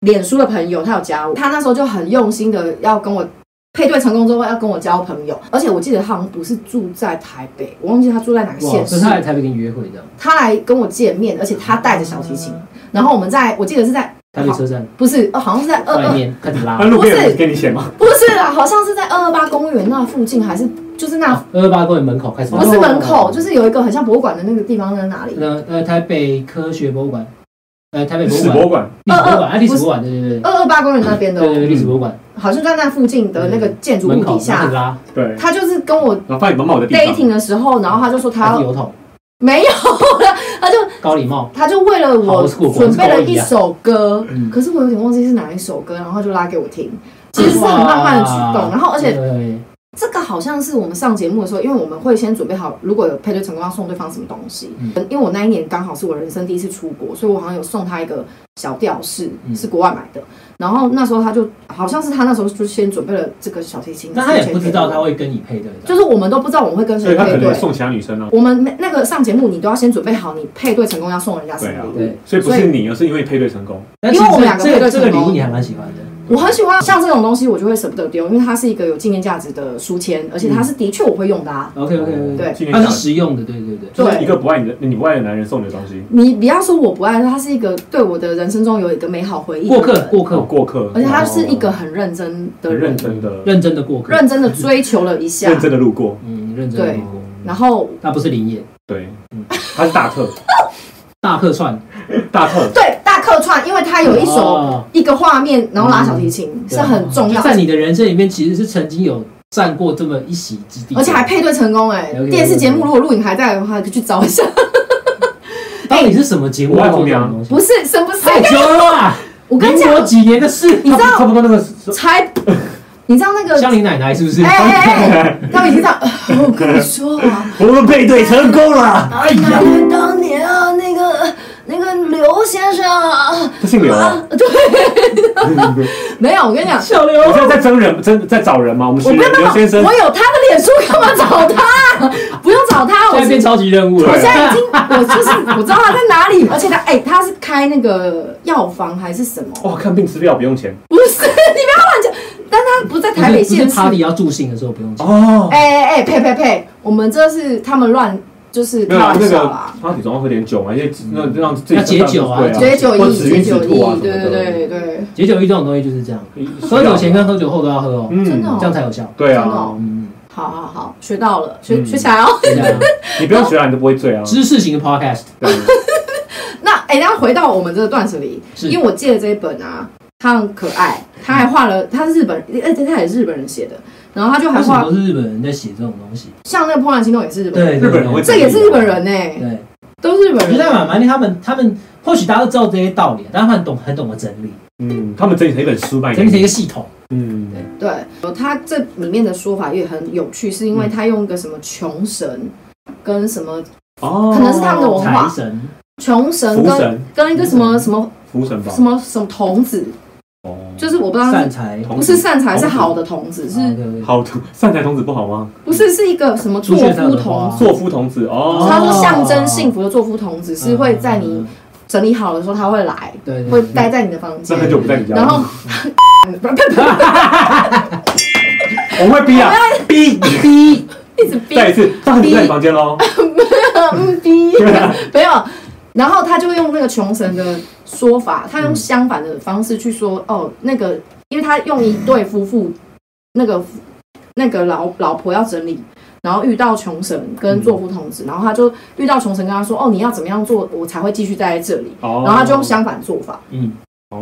S1: 脸书的朋友他有加我，他那时候就很用心的要跟我配对成功之后要跟我交朋友，而且我记得他好像不是住在台北，我忘记他住在哪个
S2: 哇，
S1: 县
S2: 所
S1: 市
S2: 以。他来台北跟你约会这样，
S1: 他来跟我见面，而且他带着小提琴，
S2: 啊，
S1: 然后我们在我记得是在
S2: 台北车站
S1: 不是、呃好像是在二
S2: 外
S1: 二
S2: 面开始拉
S3: 那。路边有
S1: 不
S3: 人
S1: 是
S3: 给你钱吗？
S1: 不是啦，好像是在二二八公园那附近，还是就是那
S2: 二二八公园门口开始拉，
S1: 呃不是门口，就是有一个很像博物馆的那个地方在哪里？
S2: 呃呃台北科学博物馆，呃台北博物
S3: 史
S2: 馆
S3: 博物馆，
S2: 历史博物
S1: 呃
S2: 馆，啊，历史博物馆，对对对，
S1: 二二八公园那边的
S2: 对对
S1: 哦，
S2: 对，历史博物馆
S1: 好像在那附近的那个建筑
S2: 门
S1: 物
S2: 口
S1: 底
S2: 开始
S1: 下。
S2: 拉，
S3: 对，
S1: 他就是跟我
S3: 然后发现妈妈我的地方，
S1: dating 的时候，然后他就说他
S2: 还是
S1: 要
S2: 油桶，
S1: 没有了，他就
S2: 高礼帽，
S1: 他就为了
S2: 好
S1: 我
S2: 是我
S1: 准备了一首歌
S2: 嗯，
S1: 可是我有点忘记是哪一首歌，然后他就拉给我听，其实是很浪漫的举动。然后而且
S2: 且
S1: 这个好像是我们上节目的时候，因为我们会先准备好，如果有配对成功要送对方什么东西。
S2: 嗯
S1: 因为我那一年刚好是我人生第一次出国，所以我好像有送他一个小吊饰，
S2: 嗯
S1: 是国外买的。然后那时候他就好像是他那时候就先准备了这个小提琴，
S2: 但他也不知道他，会跟你配对的，
S1: 就是我们都不知道我们会跟
S3: 所以
S1: 谁
S3: 他可
S1: 配
S3: 能
S1: 对。
S3: 送其他女生啊，
S1: 我们那那个上节目，你都要先准备好，你配对成功要送人家什么礼物。
S2: 对，
S3: 所以不是你，而是因为配对成功，
S2: 但其实
S1: 因为我们两个
S2: 这个
S1: 配对
S2: 这个
S1: 成
S2: 礼
S1: 功
S2: 物你还蛮喜欢的，
S1: 我很喜欢像这种东西，我就会舍不得丢，因为它是一个有纪念价值的书签，而且它是的确我会用的、啊。
S2: OK OK
S1: 对
S3: 纪念
S2: 它
S3: 价
S2: 是
S3: 值，
S2: 实用的，对对对，
S3: 就是
S1: 对
S3: 一个不爱你的你不爱的男人送你的东西，
S1: 你不要说我不爱他，他是一个对我的人生中有一个美好回忆的
S2: 过
S1: 人
S2: 客过客，
S3: 过客，哦
S1: 而且他是一个很认真的
S3: 很
S1: 人
S3: 认，真的
S2: 认真的过客，
S1: 认真的追求了一下
S3: 认，真的路过，
S2: 嗯，认真的
S1: 对
S2: 过客，
S1: 然后
S2: 那不是林野
S3: 对
S2: 嗯，
S3: 他是大特
S2: 大客串，
S3: 大特，
S1: 对大客串，因为他有一首
S2: 哦
S1: 一个画面，然后拉小提琴是
S2: 对啊
S1: 很重要
S2: 就，在你的人生里面，其实是曾经有占过这么一席之地，
S1: 而且还配对成功哎
S2: 了解。
S1: 电视节目如果录影还在的话，可以去找一 下。
S2: 到底是什么节目
S3: 我
S2: 会
S3: 爱红
S2: 做这
S3: 娘
S2: 种东西？
S1: 不是，什么是？
S2: 太久了啦，
S1: 我跟你
S2: 民国
S1: 讲，
S2: 几年的事，
S1: 你知道
S3: 差不多那个时候
S1: 才，你知道 那个，
S2: 香林奶奶是不是？
S1: 哎哎哎，他们已经这样，呃我跟你说啊。
S3: 我们配对成功了，
S2: 哎
S1: 那
S2: 呀，
S1: 个当年啊，那个那个刘先生啊，
S3: 他姓刘啊，
S1: 没有，我跟你讲，
S2: 小刘，
S3: 我现在在征人，真在找人吗？我们是
S1: 我没有办
S3: 刘
S1: 法，
S3: 先生
S1: 我有他的脸书，干嘛找他？不用找他，我
S2: 现在变
S1: 是
S2: 超级任务了，
S1: 我现
S3: 啊
S1: 在已经，我就是我知道他在哪里，而且他哎、他是开那个药房还是什么？
S3: 哇，看病资料不用钱
S1: 不是， 你不要乱讲，但他不在台北
S2: 不是
S1: 县
S2: 不
S1: 市
S2: 是。party 要助兴的时候不用讲，
S3: 哦，
S1: 哎哎哎，呸呸呸，我们这是他们乱，就是开
S3: 没有啊
S1: 玩
S3: 那
S1: 笑
S3: 个
S1: 啦。
S3: party 总要喝点酒嘛，因为那让自己
S2: 要解酒啊
S3: 对
S1: 解酒
S3: 或
S1: 意，
S3: 止
S1: 解
S3: 晕止
S1: 酒意
S3: 吐啊，什
S1: 对
S3: 么
S1: 对
S3: 的
S1: 对对，
S2: 解酒意这种东西就是这样，喝
S3: 喝
S2: 酒前跟喝酒后都要喝哦，
S3: 嗯
S1: 真的哦
S2: 这样才有效。
S3: 对
S1: 真的
S3: 啊
S1: 哦，
S2: 嗯，
S1: 好好好，学到了，学、
S3: 嗯
S1: 学起来哦。
S2: 对啊，
S3: 你不用学啊，你都不会醉啊。
S2: 知识型的 podcast
S3: 对
S1: 那哎，然、后回到我们这个断舍离，
S2: 是
S1: 因为我借的这一本啊，它很可爱，它还画了，它是日本，而且它也是日本人写的，然后他就还
S2: 为什么
S1: 画
S2: 都是日本人在写这种东西？
S1: 像那个《怦然心动》也是日本人，
S2: 对，
S3: 日本人会
S1: 这也是日本人呢、
S2: 对，
S1: 都是日
S2: 我
S1: 本
S2: 觉得
S1: 人。
S2: 蛮蛮厉害他们他们或许大家都知道这些道理，啊但他们懂很懂得整理，
S3: 嗯，他们整理成一本书卖给
S2: 整理成一
S3: 你
S2: 个。系统。
S3: 嗯，
S1: 对，它这里面的说法也很有趣，是因
S2: 嗯
S1: 为它用一个什么穷神跟什么
S3: 哦，
S1: 可能是他们的文化
S2: 财神，
S1: 穷神
S3: 福
S1: 跟
S3: 神，
S1: 跟一个什
S2: 嗯
S1: 么什么
S3: 福神吧
S1: 什。么什么童子，
S3: 哦，
S1: 就是我不知道
S2: 善
S1: 是
S2: 财，
S3: 童
S1: 不是善财，
S3: 童
S1: 是
S3: 子
S1: 好的童子，是
S2: 啊对对对
S3: 好善财童子不好吗？
S1: 不是是一个什么
S2: 出
S1: 作
S2: 现在我
S1: 夫
S2: 的
S1: 童
S2: 话啊
S1: 子？
S3: 作夫童子
S2: 哦
S1: 他
S3: 哦，嗯
S1: 说象征幸福的作夫童子是会在你整理好的时候，他会来，
S2: 对对对
S1: 会待在你的房
S3: 那
S1: 间
S3: 很。久不在你家了。
S1: 然后，不不不
S3: 我们会逼啊，逼逼，
S1: 一直 逼
S3: 再一次，上次不在你房间喽，
S1: 嗯逼，
S3: 啊
S1: 没有。然后他就会用那个穷神的说法，他用相反的方式去说，哦，那个，因为他用一对夫妇，那个那个老老婆要整理，然后遇到穷神跟作夫同
S3: 嗯
S1: 志，然后他就遇到穷神跟他说，哦，你要怎么样做，我才会继续待在这里。
S3: 哦
S1: 然后他就用相反做法，
S2: 嗯，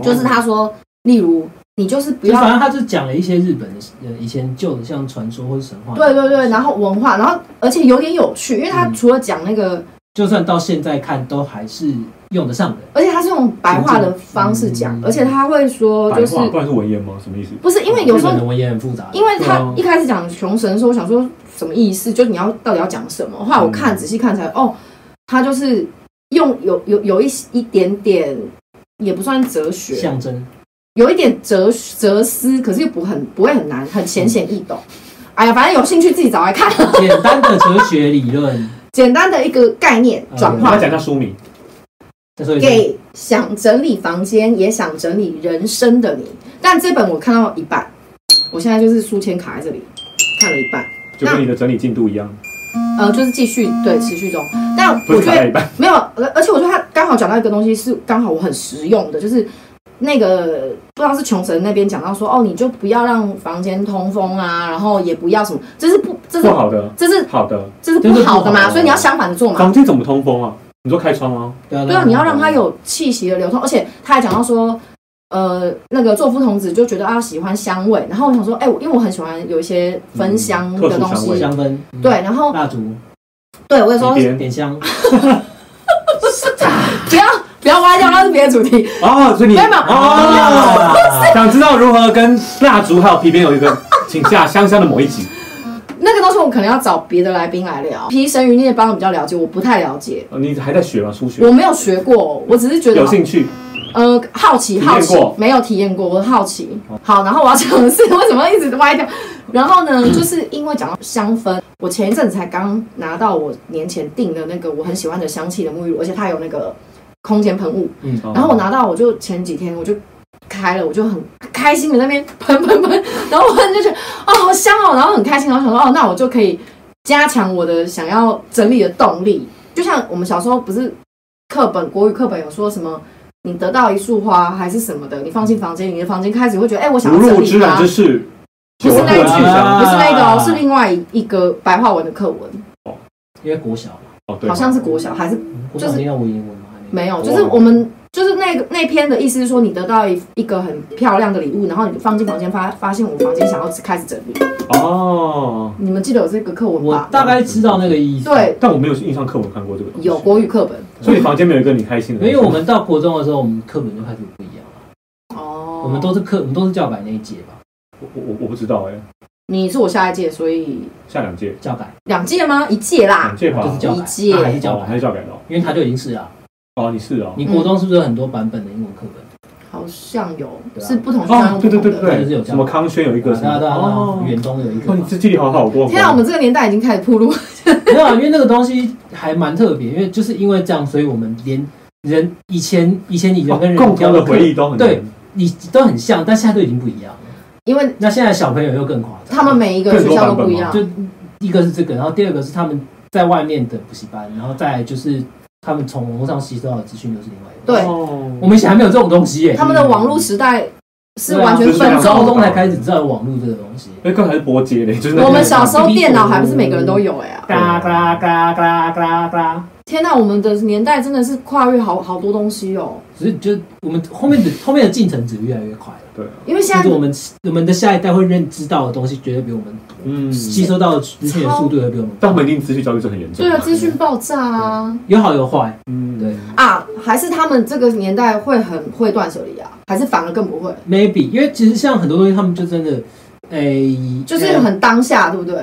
S1: 就是他说，例如你就是不
S2: 就
S1: 要
S2: 反正他就讲了一些日本的呃以前旧的像传说或者神话，
S1: 对对对，然后文化，然后而且有点有趣，因为他
S2: 嗯
S1: 除了讲那个，
S2: 就算到现在看都还是用得上的。
S1: 而且他是用白话的方式讲，
S2: 嗯
S1: 而且他会说
S3: 白
S1: 就是
S3: 话，不然是文言吗？什么意思？
S1: 不是因为有时
S2: 日
S1: 候
S2: 本，的文言很复杂，
S1: 因为
S2: 哦对
S1: 他
S2: 啊
S1: 一开始讲穷神的时候，我想说什么意思，就是你要到底要讲什么，后来我
S2: 嗯
S1: 看仔细看才哦，他就是用有有有一一点点。也不算哲学，
S2: 象征
S1: 有一点哲哲思，可是又不很不会很难，很浅显易懂。哎呀，反正有兴趣自己找来看，
S2: 简单的哲学理论，
S1: 简单的一个概念转
S3: 我
S1: 化
S3: 来。讲一下书名，
S2: 再说一遍，
S1: 给想整理房间也想整理人生的你。但这本我看到一半，我现在就是书签卡在这里，看了一半，
S3: 就跟你的整理进度一样，
S1: 呃，就是继续对持续中。但
S3: 嗯不
S1: 我
S3: 是
S1: 觉
S3: 卡在
S1: 得
S3: 一半。
S1: 没有，而而且我觉得他刚好讲到一个东西是刚好我很实用的，就是。那个不知道是穷神那边讲到说，哦，你就不要让房间通风啊，然后也不要什么，这是不，这是
S3: 不好的，
S1: 这是
S3: 好的，
S1: 这是
S2: 这
S1: 不
S2: 是不
S1: 好的
S2: 好
S1: 嘛，
S2: 的
S1: 所以你要相反的做嘛。
S3: 房间怎么通风啊？你说开窗吗？
S2: 对啊
S1: 对啊，你要让它有气息的流通，而且他还讲到说，呃，那个作夫童子就觉得啊喜欢香味，然后我想说，哎、我因为我很喜欢有一些焚香的东
S3: 特殊
S1: 西，
S3: 香
S2: 香
S3: 味
S2: 氛，嗯
S1: 对，，然后
S2: 蜡烛
S1: 对我就说
S3: 一边
S2: 点香，
S1: 不要不要歪掉，那是别的主题，
S3: 哦，所以你
S1: 没有没有
S3: 哦，想知道如何跟蜡烛还有皮鞭有一个，请下香香的某一集。
S1: 那个东西我可能要找别的来宾来聊，皮神与涅帮我比较了解，我不太了解。
S3: 哦你还在学吗？初学
S1: 我没有学过，我只是觉得
S3: 有兴趣？
S1: 呃好奇
S3: 体验
S1: 好奇
S3: 过，
S1: 没有体验过，我好奇。好，然后我要讲的是为什么一直歪掉， 然后呢，就是因为讲到香氛，我前一阵子才刚拿到我年前订的那个我很喜欢的香气的沐浴乳，而且它有那个空间喷雾，
S2: 嗯，
S3: 哦
S1: 然后我拿到我就前几天我就。开了，我就很开心的那边喷喷喷，然后我就觉得哦好香哦，然后很开心，然后想说哦那我就可以加强我的想要整理的动力。就像我们小时候不是课本国语课本有说什么，你得到一束花还是什么的，你放进房间，你的房间开始会觉得哎、我想
S3: 如
S1: 要整
S3: 入
S1: 理
S3: 之然
S1: 它，
S3: 之事，
S1: 不是那一
S3: 久闻
S1: 集
S3: 其
S2: 啊
S3: 香。
S1: 不是那个哦，是另外一一个白话文的课文，
S2: 因为国小嘛，
S3: 哦，对，
S1: 好像是国小还是
S2: 国小你要文言文吗？还
S1: 没有，
S3: 我
S1: 就是
S3: 忘了
S1: 我们就是那个那篇的意思是说，你得到一一个很漂亮的礼物，然后你放进房间发发现我房间想要开始整理。
S3: 哦，
S1: 你们记得有这个课文
S2: 我
S1: 吧？
S2: 大概知道那个意思，，
S1: 对，
S3: 但我没有印象课文看过这个东西。
S1: 有国语课本
S3: 所以你房间没有一个你开心的
S2: 因
S3: 东西。
S2: 为我们到国中的时候，我们课本就开始不一样了，
S1: 哦。
S2: 我们都是课，我们都是教改那一届吧，
S3: 我我我不知道哎，
S1: 你是我下一届，所以
S3: 下两届
S2: 教改
S1: 两届吗？一届啦
S3: 两。届吧
S2: 就是，教改
S1: 一，届
S2: 啊他还是教
S3: 哦，
S2: 改，
S3: 还是教改的哦。
S2: 因为他就已经是了。
S3: 哦，你是
S1: 嗯
S3: 哦，
S2: 你国中是不是有很多版本的英文课本？
S1: 好像有，
S2: 对啊
S1: 是不同学校
S3: 哦
S1: 用，不
S3: 嗯对
S1: 同的
S3: 对对
S2: 就是有教
S3: 对，
S2: 改
S3: 什么康轩有一个什
S2: 对啊
S3: 么
S2: 对啊，
S3: 哦
S2: 对啊，远东有一个
S3: 哇，你
S2: 嘛。
S3: 这记忆力好好，我哦
S1: 天啊，我们这个年代已经开始铺路。
S2: 没有啊，因为那个东西还蛮特别，因为就是因为这样，所以我们连人以前以前你人跟
S3: 哦
S2: 人
S3: 共
S2: 聊
S3: 同的
S2: 课
S3: 回忆，都很
S2: 对你都很像，但现在都已经不一样了。
S1: 因为
S2: 那现在小朋友又更夸张，
S1: 他们每一个学校都不一样，
S2: 就一个是这个，然后第二个是他们在外面的补习班，然后再来就是他们从网络上吸收到的资讯又是另外一个。
S1: 对
S2: 我
S3: 哦
S2: 们以前还没有这种东西耶、
S1: 他们的网络时代是完全
S3: 对啊
S1: 分
S3: 就
S1: 钟
S3: 是这
S2: 高
S3: 样
S1: 的。
S2: 中才开始知道有网络这个东西。
S3: 因为哎刚才是波接的，就是那个
S1: 我们小时候电脑还不是每个人都有哎呀。
S2: 嘎嘎嘎嘎嘎嘎，
S1: 天呐，我们的年代真的是跨越好好多东西哦。
S2: 只是就我们后面的后面的进程只是越来越快了。
S3: 对，
S1: 因为现
S2: 就是
S1: 在
S2: 我们我们的下一代会认知到的东西，绝对比我们
S3: 嗯，
S2: 吸收到的资讯的速度会比我们
S3: 但我
S2: 快。
S3: 们一定资讯焦虑症很严重。
S1: 对啊，资讯爆炸啊
S2: 有好有坏，
S3: 嗯，
S2: 对
S1: 啊，还是他们这个年代会很会断舍离啊，还是反而更不会，
S2: ，maybe，因为其实像很多东西，他们就真的，诶、
S1: 就是
S2: 呃
S1: 很当下，对不对？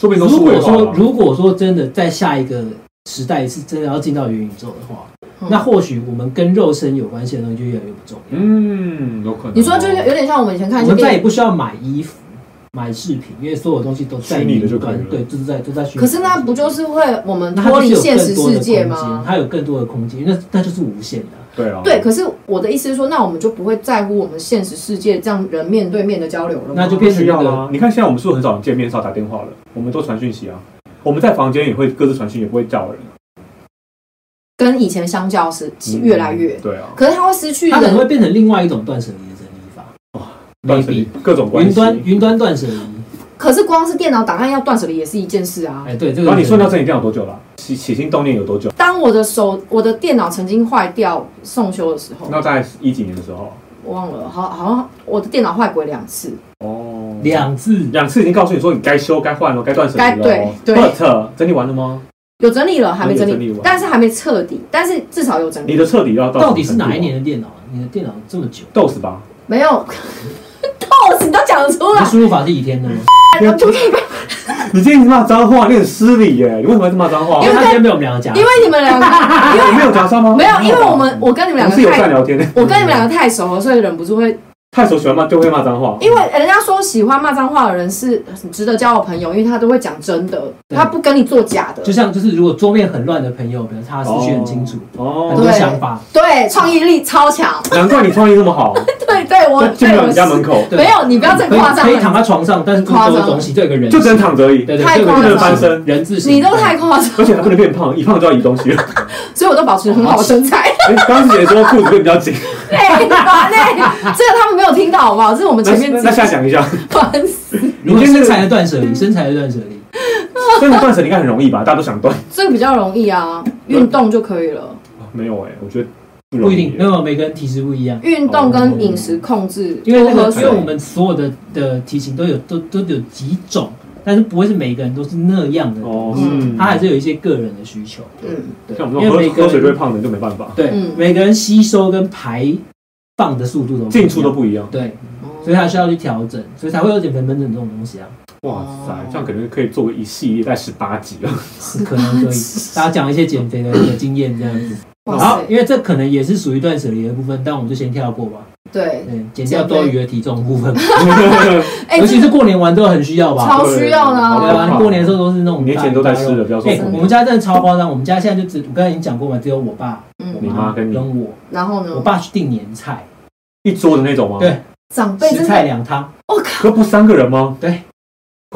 S3: 说不定都
S2: 如
S3: 数位
S2: 果
S3: 化
S2: 说
S3: 了。
S2: 如果说真的在下一个时代是真的要进到元宇宙的话，
S1: 嗯
S2: 那或许我们跟肉身有关系的东西就越来越不重要。
S3: 嗯，有可能。
S1: 你说就是有点像我们以前看一
S2: 我
S1: 些
S2: 们再
S1: 电
S2: 也
S1: 影，
S2: 不需要买衣服、买饰品，因为所有东西都在
S3: 虚拟的就
S2: 云
S3: 可以了
S2: 端，对，就是在都在虚拟。
S1: 可是那不就是会我们
S2: 那它
S1: 脱
S2: 就是
S1: 离
S2: 有
S1: 现实
S2: 更多的
S1: 世界
S2: 空间
S1: 吗？
S2: 它有更多的空间，那那就是无限的啊。
S3: 对啊，
S1: 对，可是我的意思是说，那我们就不会在乎我们现实世界这样人面对面的交流了吗
S2: 那就
S3: 不
S2: 变成
S3: 需要
S2: 那个
S3: 啊。你看现在我们是不是很少见面，少打电话了？我们都传讯息啊，我们在房间也会各自传讯，也不会叫人。
S1: 跟以前相较是是越来越，
S3: 对啊，
S1: 可是它会失去
S2: 嗯它可能
S1: 人
S2: 会变成另外一种断舍离的整理法。
S3: 断舍离
S2: maybe
S3: 各种关
S2: 云
S3: 系。
S2: 端云端断舍离，
S1: 可是光是电脑档案要断舍离也是一件事啊。
S2: 哎，对这个。
S3: 然后你顺到这里电脑多久了？起起心动念有多久？
S1: 当我的手、我的电脑曾经坏掉送修的时候，
S3: 那大概是一几年的时候？
S1: 我忘了，好好像我的电脑坏过两次。
S3: 哦，
S2: 两次，
S3: 两次已经告诉你说你该修、该换了、该断舍
S1: 该
S3: 离了。
S1: 对对
S3: But 整理完了吗？
S1: 有整理了，还没整
S3: 有整理
S1: 理
S3: 完，
S1: 但是还没彻底，但是至少有整
S3: 你
S1: 理。
S3: 的彻底要到
S2: 到底是哪一年
S3: 什么
S2: 的电脑啊？你的电脑这么久，
S3: 程度啊？豆死吧，
S1: 没有， 豆子你都讲得出
S2: 你的
S1: 来，
S2: 输入法是倚天的吗？
S1: 我吐一杯
S3: 你今天一直骂脏话，你很失礼耶！你为什么要一直骂脏话啊
S2: 因
S1: 因？
S2: 为
S1: 为
S2: 哦他今天被我们两个讲
S1: 因，为你们两个，
S3: 你没有夹杀吗？
S1: 没有，因为我们我跟你们两
S3: 我们
S1: 个
S3: 是有在
S1: 太，
S3: 聊天的，
S1: 我跟你们两个太熟了，所以忍不住会，
S3: 太熟喜欢骂就会骂脏话。
S1: 因为人家说喜欢骂脏话的人是很值得交的朋友，因为他都会讲真的，
S2: 对
S1: 他不跟你做假的
S2: 就。像就是如果桌面很乱的朋友，比如他思绪很清楚，很
S3: 哦，
S2: 多想法，
S1: 对，创意力超强。
S3: 难怪你创意那 么好，
S1: 对对，我
S3: 就进
S1: 对
S3: 到
S1: 我
S3: 你
S1: 是
S3: 家门口
S2: 对
S1: 没有，你不要再
S2: 可
S1: 夸
S2: 以
S1: 张
S2: 可以躺
S1: 了，
S2: 在床上，但是不能做东西，对有个人
S3: 就只能躺着而已，
S2: 对对，
S1: 太
S2: 对有
S1: 夸
S2: 个
S1: 张
S2: 人
S1: 了
S2: 翻身，人字形，
S1: 你都太夸张，
S3: 而且还不能变胖，一胖就要移东 西了。
S1: 所以我都保持很好的身材。
S3: 哎，刚刚姐姐说裤子变比较紧，
S1: 累吧累，这个他们没有听到好不好？这是我们前面
S3: 那那下讲 一下，
S1: 烦死，
S2: 如果身材的断舍离，身材的断舍离，
S3: 但你断舍离应该很容易吧？大家都想断，
S1: 这个比较容易啊，运动就可以了。
S3: 哦 没有哎，我觉得不容
S2: 不一
S3: 易
S2: 定，。没有每个人体质不一样。
S1: 运动跟饮食控制，
S2: 因为那
S1: 多
S2: 个
S1: 喝，
S2: 因
S1: 水
S2: 为我们所有的的题型都有都都有几种，但是不会是每个人都是那样的，
S3: 哦，
S1: 嗯
S2: 他还是有一些个人的需求。
S1: 嗯，
S2: 对，
S3: 像我们
S2: 因
S3: 这
S2: 为每
S3: 种喝
S2: 个
S3: 喝水就会
S2: 人
S3: 胖的就没办法，
S2: 对、
S1: 嗯
S2: 每个人吸收跟排放的速度都不一样
S3: 进出都不一样。
S2: 对，所以他需要去调整，所以才会有减肥门诊这种 东西啊，
S3: 哇塞，这样感觉可以做个一系列，在十八集 啊。
S2: 是可能可以大家讲一些减肥的的经验这样子。
S1: 哇
S2: 好，
S1: 塞，
S2: 因为这可能也是属于断舍离的部分，但我们就先跳过吧。
S1: 对，
S2: 嗯，减掉多余的体重部分，
S1: 哎，
S2: 尤其
S1: 这
S2: 是过年完都很需要吧。
S1: 超需要的啊
S2: 对啊，你过年的时候都是那种
S3: 年前都在吃的不要说
S2: 哎、
S3: 过年
S2: 我们家真的超夸张，我们家现在就只我刚才已经讲过嘛，只有我爸、我
S1: 嗯，
S3: 你妈跟你
S2: 我，
S1: 然后
S2: 我
S1: 呢，
S2: 爸去订年菜，
S3: 一桌的那种吗？啊
S2: 对，
S1: 长辈
S2: 十
S1: 真
S2: 菜
S1: 的，
S2: 两汤。
S1: 我靠，
S3: 可不三个人吗？
S2: 对，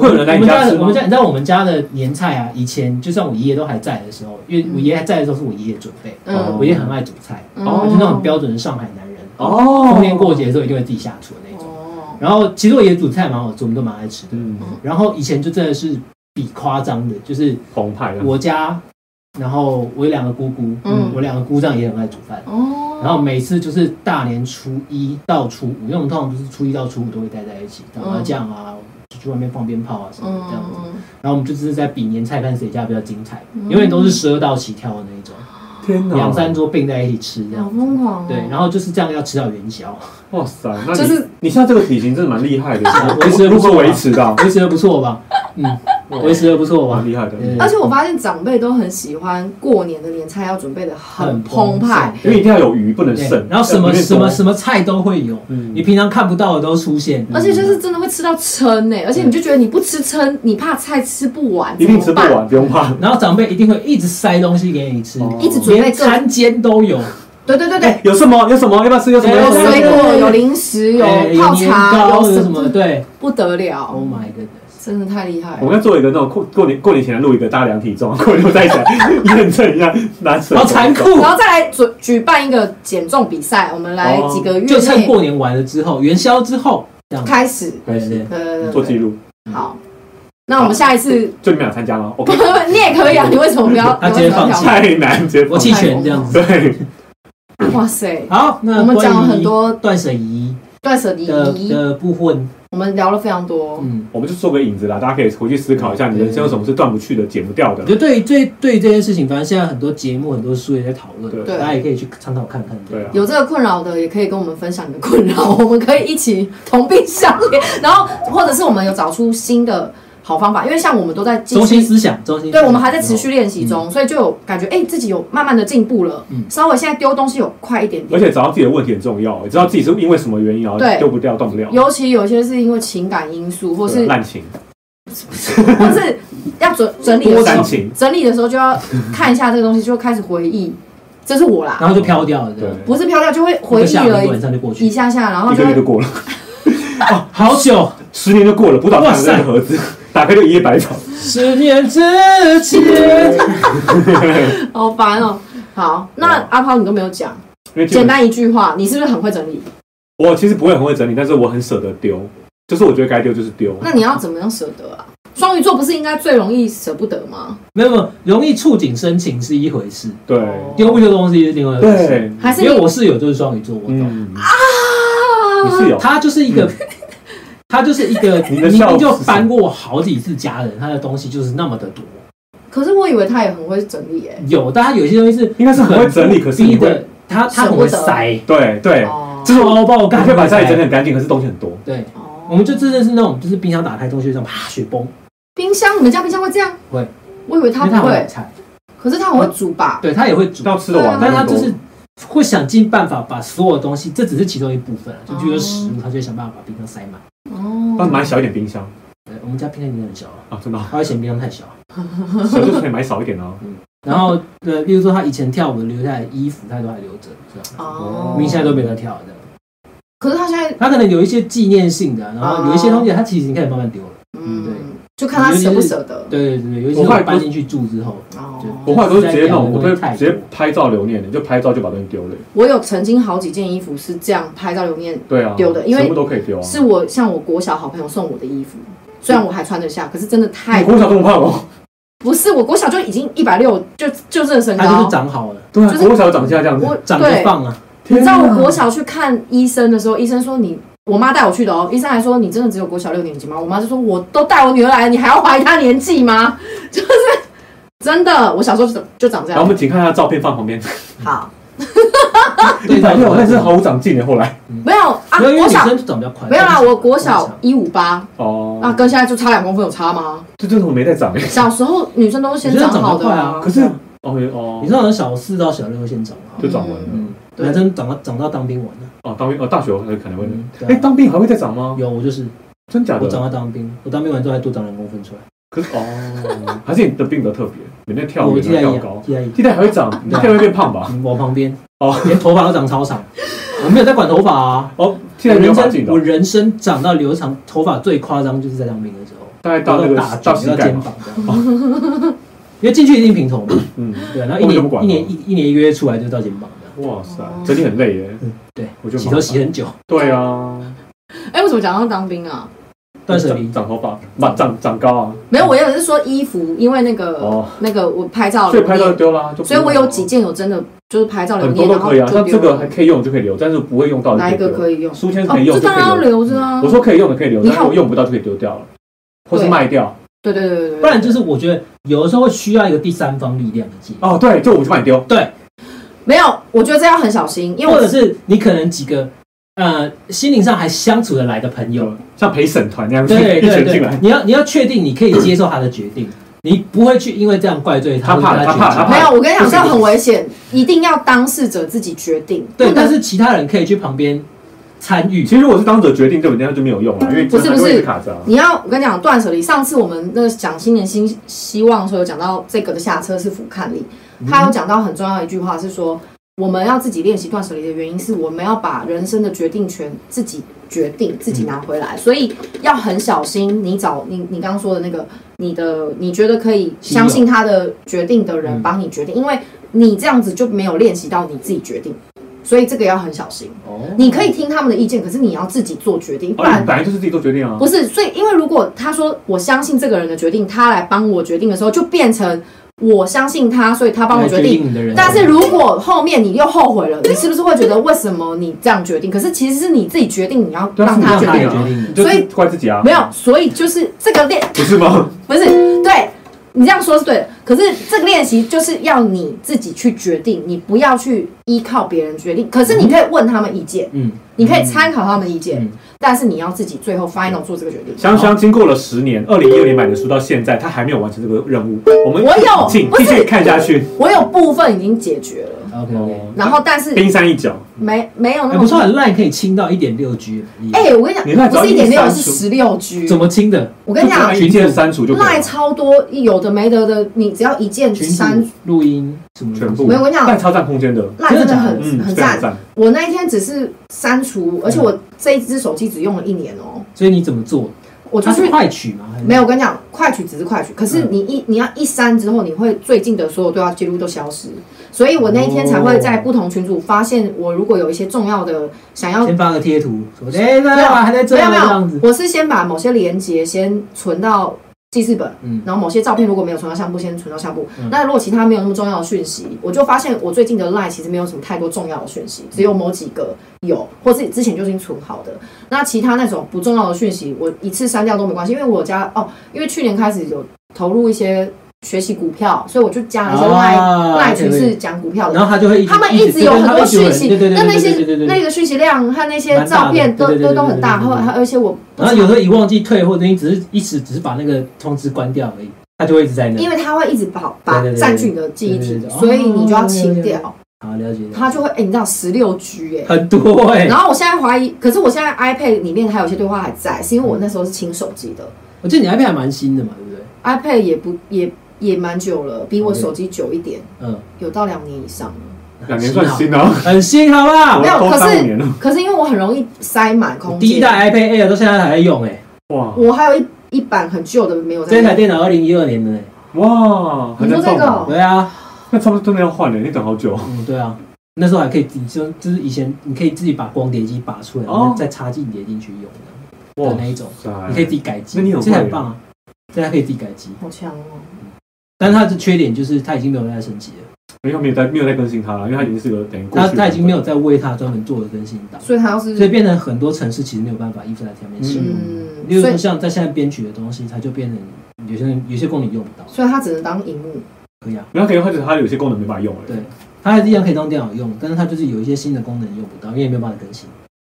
S3: 会有人来
S2: 我
S3: 你
S2: 们家
S3: 家吃
S2: 的我
S3: 吗
S2: 们？家，你知道我们家的年菜啊，以前就算我爷爷都还在的时候，因为我爷爷还在的时候是我爷爷准备，
S1: 嗯
S2: 我爷爷很爱煮菜，
S3: 哦
S2: 就是那种标准的上海男人，
S3: 哦，
S2: 逢年过节的时候一定会自己下厨的那种。
S1: 哦，
S2: 然后其实我爷爷煮菜蛮好吃，我们都蛮爱吃的。
S3: 嗯，
S2: 然后以前就真的是比夸张的，就是
S3: 澎湃的。
S2: 我家，然后我有两个姑姑，
S1: 嗯
S2: 我两个姑丈也很爱煮饭。
S1: 哦，
S2: 然后每次就是大年初一到初五，因为我们通常就是初一到初五都会待在一起打麻将啊，出去外面放鞭炮啊什么的这样子。
S1: 嗯，
S2: 然后我们就是在比年菜，看谁家比较精彩，永远都是十二道起跳的那一种，
S3: 天哪，
S2: 两三桌并在一起吃这
S1: 好
S2: 样。
S1: 疯狂哦，
S2: 对，然后就是这样要吃到元宵，
S3: 哇塞，那你、
S1: 就是
S3: 你现在这个体型真的蛮厉 害的，
S2: 维持得
S3: 如
S2: 不错
S3: 何
S2: 啊
S3: 维持的啊？
S2: 维持的不错吧？嗯，维持的不错吧
S3: 蛮？厉害的，
S2: 对
S1: 而且我发现长辈都很喜欢过年的年菜要准备的很澎湃，
S3: 因为一定要有鱼，不能
S2: 对
S3: 剩。
S2: 然后什么什么什
S3: 么，
S2: 么菜都会有，
S3: 嗯
S2: 你平常看不到的都出现。
S1: 而且
S2: 嗯
S1: 就是真的会吃到撑呢、欸而且你就觉得你不吃撑，你怕菜吃不完，
S3: 一定吃
S1: 怎
S3: 不
S1: 么办，
S3: 完，不用怕。
S2: 然后长辈一定会一直塞东西给你吃，
S3: 哦
S1: 一直准备
S2: 连
S1: 各
S2: 餐间都有，
S1: 对对对对，
S3: 有什么？有什么？要不要吃？有什么？
S2: 对
S1: 有
S3: 要什么
S1: 水果，有零食，有
S2: 哎
S1: 泡
S2: 年
S1: 茶，
S2: 糕，
S1: 有
S2: 有什么？对
S1: 不得了
S2: ，Oh my goodness，
S1: 真的太厉害
S3: 我
S1: 了。
S3: 们要做一个那种过过年过年前来录一个大家量体重，啊过年后再一起来 验证一下拿什么。
S2: 好残酷
S1: 然。后再来举举办一个减重比赛，我们来
S3: 哦
S1: 几个月
S2: 就趁
S1: 内
S2: 过年完了之后，元宵之后，这样
S1: 开始，
S2: 对对对
S1: 对对对
S3: 做记
S1: 对，
S3: 录，
S1: 好。那我们下一次，？
S3: 就你们俩参加吗
S1: 你也可以啊，你为什么不要？
S2: 他
S1: 你
S2: 直接
S1: 为什么
S2: 放
S1: 要
S2: 弃
S1: 跳
S3: 太难，直接
S2: 我
S3: 放
S2: 弃权这样子。
S3: 对，
S1: 哇塞，
S2: 好，那
S1: 我们讲了
S2: 嗯关于
S1: 很多
S2: 断舍离
S1: 断舍离
S2: 的
S1: 仪，
S2: 的部分，
S1: 我们聊了非常多。
S2: 嗯，
S3: 我们就做个引子啦，大家可以回去思考一下，你人生有什么是断不去的、减不掉的
S2: 我觉。得对于这对于这件事情，反正现在很多节目、很多书也在讨论，
S3: 对
S2: 大家也可以去参考看看。
S3: 对啊，
S1: 有这个困扰的，也可以跟我们分享你的困扰， 我们可以一起同病相怜。然后，或者是我们有找出新的好方法，因为像我们都在继
S2: 中心
S1: 续，
S2: 思想，中心思想
S1: 对我们还在持续练习中，所以就有感觉，哎、自己有慢慢的进步了，
S2: 嗯
S1: 稍微现在丢东西有快一点
S3: 而
S1: 点。
S3: 且找到自己的问题很重要，你知道自己是因为什么原因然后
S1: 对
S3: 丢不掉、断不了，
S1: 尤其有些是因为情感因素，或
S3: 对
S1: 是
S3: 滥情、
S1: 或是要整整理的
S3: 多
S1: 时
S3: 煽
S1: 候，
S3: 情。
S1: 整理的时候就要看一下这个东西，就开始回忆这是我啦，
S2: 然后就飘掉了，这样
S3: 对
S1: 不是飘掉就会回
S2: 一个
S1: 忆
S2: 下午
S1: 了
S2: 一个晚上就过
S1: 一
S2: 去，哦
S1: 下下，然后
S3: 一
S1: 就
S3: 个月
S1: 会
S3: 就过了，
S2: 好久，
S3: 十年就过了，不到
S2: 哇
S3: 看
S2: 塞
S3: 的盒子， 打开就一夜百草。
S2: 十年之前，
S1: 好烦哦。好，那阿抛你都没有讲，
S3: 因为基
S1: 简
S3: 本
S1: 单一句话，你是不是很会整理？
S3: 我其实不会很会整理，但是我很舍得丢，就是我觉得该丢就是丢。
S1: 那你要怎么样舍得啊？双鱼座不是应该最容易舍不得吗？
S2: 没有没有，容易触景生情是一回事，
S3: 对
S2: 丢不丢东西是另外一回事。
S3: 对，
S1: 还是
S2: 因
S1: 你
S2: 为我室友就是双鱼座，我懂，
S3: 嗯
S1: 啊
S3: 你是有
S2: 他就是一个， 他就是一个
S3: 嗯
S2: 明
S3: 你的笑
S2: 明就
S3: 死
S2: 搬过我好几次家人，他的东西就是那么的多。
S1: 可是我以为他也很会整理诶、
S2: 有，但他有些东西是
S3: 应该是很会整理，可是你
S2: 逼
S3: 会
S2: 的，他他很会塞，
S3: 对对，
S1: 哦
S2: 这种爆
S3: 你
S2: 干，
S3: 可以把家里整理很干净，可是东西很多。
S2: 对，
S1: 哦
S2: 我们就真的是那种，就是冰箱打开东西就这样啪雪崩，
S1: 冰箱，你们家冰箱会这样？
S2: 会，
S1: 我以为
S2: 因
S1: 他
S2: 为他
S1: 不
S2: 会买
S1: 会，
S2: 菜，
S1: 可是他很会煮吧？
S2: 对他也会煮，
S3: 要吃的完，
S1: 啊
S2: 但他就是会想尽办法把所有东西，这只是其中一部分啊，就比如说食物，他就会想办法把冰箱塞满。
S3: 那
S1: 哦，
S3: 买小一点冰箱
S2: 对，我们家冰箱真的很小啊，
S3: 啊，真的啊
S2: 他会嫌冰箱太小。
S3: 小就是可以买少一点 哦。
S2: 然后，呃，例如说他以前跳舞留下来的衣服，他都还留着，这样，
S1: 哦
S2: 明明现在都没有在跳了这样。
S1: 可是他现在，
S2: 他可能有一些纪念性的啊，然后有一些东西他其实已经开始慢慢丢了。
S1: 嗯，
S2: 对
S1: 就看他舍不舍得。
S2: 对对对，尤其
S3: 我
S2: 是
S3: 后来
S2: 我搬
S3: 不是
S2: 进去住之后，对
S1: 哦，
S3: 我后来都是直接弄，我会直接拍照留念的，就拍照就把东西丢了。
S1: 我有曾经好几件衣服是这样拍照留念，
S3: 对啊，
S1: 丢的因为
S3: 全部都可以丢啊。
S1: 是我像我国小好朋友送我的衣服，虽然我还穿得下，可是真的太
S3: 你国小这么胖哦？
S1: 不是我国小就已经一百六，就就这个身
S2: 他就是
S1: 高。
S2: 长好了，
S3: 对啊，
S1: 就是
S3: 国小长相这样子
S1: 我，
S2: 长
S1: 对
S2: 得棒啊，
S1: 你知道
S3: 天
S1: 我
S3: 啊
S1: 国小去看医生的时候，医生说你，我妈带我去的哦。医生还说你真的只有国小六年级吗？我妈就说我都带我女儿来了，你还要怀疑她年纪吗？ 就是真的，我小时候就长就长这
S3: 然后
S1: 样。
S3: 我们请看一下照片放 旁边，
S1: 好，
S2: 对
S3: 一百六，
S2: 对
S3: 但是毫无长进的。欸后来
S1: 没有啊，
S2: 没有因为
S1: 国
S2: 女
S1: 小
S2: 生长得比较快。
S1: 没有啦，
S2: 但是
S1: 我国小一五八，
S3: 哦，
S1: 那跟现在就差两公分有差吗？
S3: 这就是我没在长欸。
S1: 小时候女生都是先长好
S2: 女生长得快啊
S3: 可是哦也哦，
S2: 你知道，从小四到小六会先长好，
S3: 就长完了
S1: 嗯
S2: 嗯，男生长到长到当兵完了。
S3: 哦，当兵哦，大学我可能会。
S2: 嗯，
S3: 哎，
S2: 对啊
S3: 当兵还会再长吗？
S2: 有我就是
S3: 真假
S2: 我长
S3: 的？
S2: 到当兵，我当兵完之后还多长两公分出来，
S3: 可是哦，还是你的病比较特别，你在跳
S2: 我
S3: 远
S2: 替代
S3: 啊
S2: 役
S3: 跳
S2: 啊
S3: 高，，
S2: 替代役，
S3: 替代还会长，你替代会变胖吧？
S2: 嗯我旁边
S3: 哦
S2: 连头发都长超长，我没有在管头发啊。
S3: 哦，替
S2: 我
S3: 代没有
S2: 人
S3: 法进
S2: 生
S3: 的
S2: 我，人生长到留长头发最夸张就是在当兵的时候，
S3: 大概到那个
S2: 打
S3: 到
S2: 卷
S3: 膝
S2: 到
S3: 盖
S2: 肩
S3: 嘛。
S2: 膀这样， 因为进去一定平头嘛，
S3: 嗯，
S2: 对啊，然后一
S3: 我就不管
S2: 年一
S3: 了
S2: 年一一年一个月出来就到肩膀这样，
S3: 哇塞
S1: 哦，
S3: 整理很累耶。
S2: 对，
S3: 我 就
S2: 洗头洗很久，
S3: 对啊，
S1: 哎，为什么讲到当兵啊？
S2: 断舍离
S3: 长，长头发，长长长高啊。
S1: 没有，我也是说衣服，因为那个
S3: 哦，
S1: 那个我拍照
S3: 所以
S1: 留
S3: 拍照就
S1: 念，
S3: 丢啦，就不
S1: 呃所以我有几
S3: 用
S1: 件有真的就是拍照
S3: 了
S1: 留
S3: 很
S1: 念，
S3: 多
S1: 然
S3: 都
S1: 后
S3: 可以啊，
S1: 就
S3: 像这
S1: 丢
S3: 个
S1: 了
S3: 还。可以用就可以留，但是不会用到的
S1: 哪一个
S3: 以
S1: 可以用
S3: 丢？？书签是
S1: 哦
S3: 可以，用，
S1: 这
S3: 就
S1: 当
S3: 可以
S1: 然要
S3: 留。
S1: 留着啊
S3: 我。说可以用的可以留，
S1: 你
S3: 但
S1: 好
S3: 是我用不到就可以丢掉了，或是
S1: 对
S3: 卖掉。
S1: 对对对对对，
S2: 不然就是我觉得有的时候会需要一个第三方力量的介入，
S3: 哦，对，就我就帮你丢。
S1: 没有。我觉得这要很小心，
S3: 哦
S1: 因为
S2: 或者
S1: 我
S2: 是你可能几个呃心灵上还相处得来的朋 友，
S3: 有像陪审团那样子
S2: 对
S3: 一
S2: 对
S3: 群进
S2: 对
S3: 来，，
S2: 你要你要确定你可以接受他的决定，你不会去因为这样怪罪他，
S3: 他怕
S2: 或者跟
S3: 他怕
S2: 绝交
S3: 他
S1: 没
S3: 怕
S1: 有。我跟你讲，
S3: 不
S1: 这
S3: 行
S1: 很危险，一定要当事者自己决定。
S2: 对，
S1: 不能
S2: 但是其他人可以去旁边参与，
S3: 其实如果是当者决定，对本这样就没有用了，因为
S1: 嗯不是
S3: 真的
S1: 不是
S3: 会一直卡着啊。
S1: 你要我跟你讲断舍离。上次我们那个讲新年新希望的时候，有讲到这个的下车是俯瞰力，
S2: 嗯
S1: 他有讲到很重要的一句话是说，我们要自己练习断舍离的原因是我们要把人生的决定权自己决定，自己拿
S2: 嗯
S1: 回来，所以要很小心。你找你你刚刚说的那个，你的你觉得可以
S2: 亲友
S1: 相信他的决定的人
S2: 嗯
S1: 帮你决定，因为你这样子就没有练习到你自己决定，所以这个要很小心。
S2: 哦
S1: 你可以听他们的意见，可是你要自己做决定，不
S3: 哦，
S1: 然
S3: 你本来就是自己做决定啊。
S1: 不是，所以因为如果他说我相信这个人的决定，他来帮我决定的时候，就变成我相信他，所以他帮我决
S2: 决
S1: 定。
S2: 定你的人，
S1: 但是如果后面你又后悔了，你是不是会觉得为什么你这样决定？可是其实是你自己决定，你要
S3: 对啊
S1: 让
S3: 是
S1: 他
S3: 你
S1: 决
S3: 让
S2: 他
S1: 定
S2: 也
S3: 决。
S2: 决定
S3: 你就
S1: 所以
S3: 是怪自己啊，
S1: 没有，所以就是这个练
S3: 不是吗？
S1: 不是对，你这样说是对的。可是这个练习就是要你自己去决定，你不要去依靠别人决定。可是你可以问他们意见，
S2: 嗯，
S1: 你可以参考他们意见，
S2: 嗯
S1: 但是你要自己最后 final 做这个决定。
S3: 香香经过了十年，二零一二年买的书到现在，她还没有完成这个任务。我们
S1: 我有
S3: 请
S1: 不
S3: 继
S1: 是
S3: 续看下去，
S1: 我有部分已经解决了，
S2: OK OK，
S1: 然后但是
S3: 冰山一角。
S1: 没没有那
S2: 哎，
S1: 么
S2: 哦不错，很烂，可以清到一点六 G。
S1: 哎、我跟你
S3: 你那
S1: 讲，不
S3: 早
S1: 是一
S3: 就
S1: 点六，
S3: 删
S1: 是
S3: 除
S1: 十六 G。
S2: 怎么清的？
S1: 我跟你讲，
S3: 一键删除就可以
S1: 赖
S3: 了。
S1: 超多有的没得的，你只要一键
S2: 群
S1: 删
S2: 组，录音什么的
S3: 全部
S1: 没有我跟你
S3: 赖
S1: 讲，
S3: 超占空间的，
S1: 赖真的很
S3: 嗯，
S1: 很
S3: 非常
S1: 赞。
S3: 赞。
S1: 我那一天只是删除，而且我这一只手机只用了一年哦、
S2: 所以你怎么做？
S1: 我就
S2: 它
S1: 去
S2: 啊是快取吗？还是
S1: 没有，我跟你讲，快取只是快取，可是你一你要一删之后，你会最近的所有对话记录都消失，所以我那一天才会在不同群组发现，我如果有一些重要的想要。
S2: 先发个贴图，说哎，大家还在这
S1: 啊没有
S2: 样
S1: 没
S2: 这样子
S1: 有，。我是先把某些连接先存到记事本，
S2: 嗯
S1: 然后某些照片如果没有存到相簿，先存到相簿。
S2: 嗯
S1: 那如果其他没有那么重要的讯息，我就发现我最近的 line 其实没有什么太多重要的讯息，只有某几个有，或是之前就已经存好的。那其他那种不重要的讯息，我一次删掉都没关系，因为我家哦，因为去年开始有投入一些学习股票，所以我就加了一些 line、
S2: 啊
S1: line 群
S2: 对对
S1: 是讲股票的
S2: 然。后他就会
S1: 他们一直有很多讯息，
S2: 对对对
S1: 那
S2: 对
S1: 那
S2: 对
S1: 些
S2: 对对
S1: 那
S2: 对。
S1: 个讯息量和那些
S2: 蛮大的
S1: 照片都
S2: 对对对
S1: 都都很大，
S2: 对对对
S1: 后
S2: 对对
S1: 而且我不
S2: 然后有时候一忘记退，或者你只是一时只是把那个通知关掉而已，他就会一直在那。
S1: 因为它会一直把把
S2: 对对对对
S1: 占据你的记忆体
S2: 对对对，对
S1: 所以你就要清
S2: 哦
S1: 掉，
S2: 好了解，
S1: 它就会哎，你知道十六 G 哎。
S2: 很多哎。
S1: 然后我现在怀疑，可是我现在 iPad 里面还有一些对话还在，是因为我那时候是清手机的
S2: 我哦记得你 iPad 还蛮新的嘛，对不对？
S1: ，iPad 也不也也蛮久了，比
S2: 哦
S1: 我手机久一点，
S2: 嗯，
S1: 有到两年以上了。
S3: 两年算新哦，
S2: 很新，好不好
S3: 我？
S1: 没有
S3: 都
S1: 可是
S3: 三五年了。
S1: 可是因为我很容易塞满空间，
S2: 第一代 iPad Air 到现在还在用哎，
S3: 哇
S1: 我还有一一版很旧的没有在
S2: 这
S1: 用。
S2: 台电脑二零一二年的哎，
S3: 哇，还
S1: 你
S3: 在
S1: 说这
S3: 动
S1: 个
S3: 啊。
S1: 哦
S2: 对啊，
S3: 那差不多真的要换了，你等好久。
S2: 嗯，对啊，那时候还可以自己就就是以前你可以自己把光碟机拔出来，然
S3: 哦
S2: 后再插进碟进去用的
S3: 哇
S2: 的那一种，
S3: 塞，
S2: 你可以自己改机，
S3: 那你很
S2: 这台
S3: 会
S2: 很棒啊，这台可以自己改机，
S1: 好强哦！
S2: 但是它的缺点就是它已经没有在升级了，
S3: 因为他没有在没有在更新它了，因为它已经是个等于过
S2: 它
S3: 去的
S2: 它已经没有在为它专门做的更新档，
S1: 所以它要是
S2: 所以变成很多城市其实没有办法依附在上面使用。
S1: 嗯，
S2: 例如
S1: 所
S2: 说
S1: 以
S2: 像在现在编曲的东西，它就变成有些人有些功能用不到，
S1: 所以它只能当荧幕。
S2: 可以啊。
S3: 然后可能它就是它有些功能没办法用了。
S2: 对它还是一样可以当电脑用，但是它就是有一些新的功能用不到，因为没有办法更新。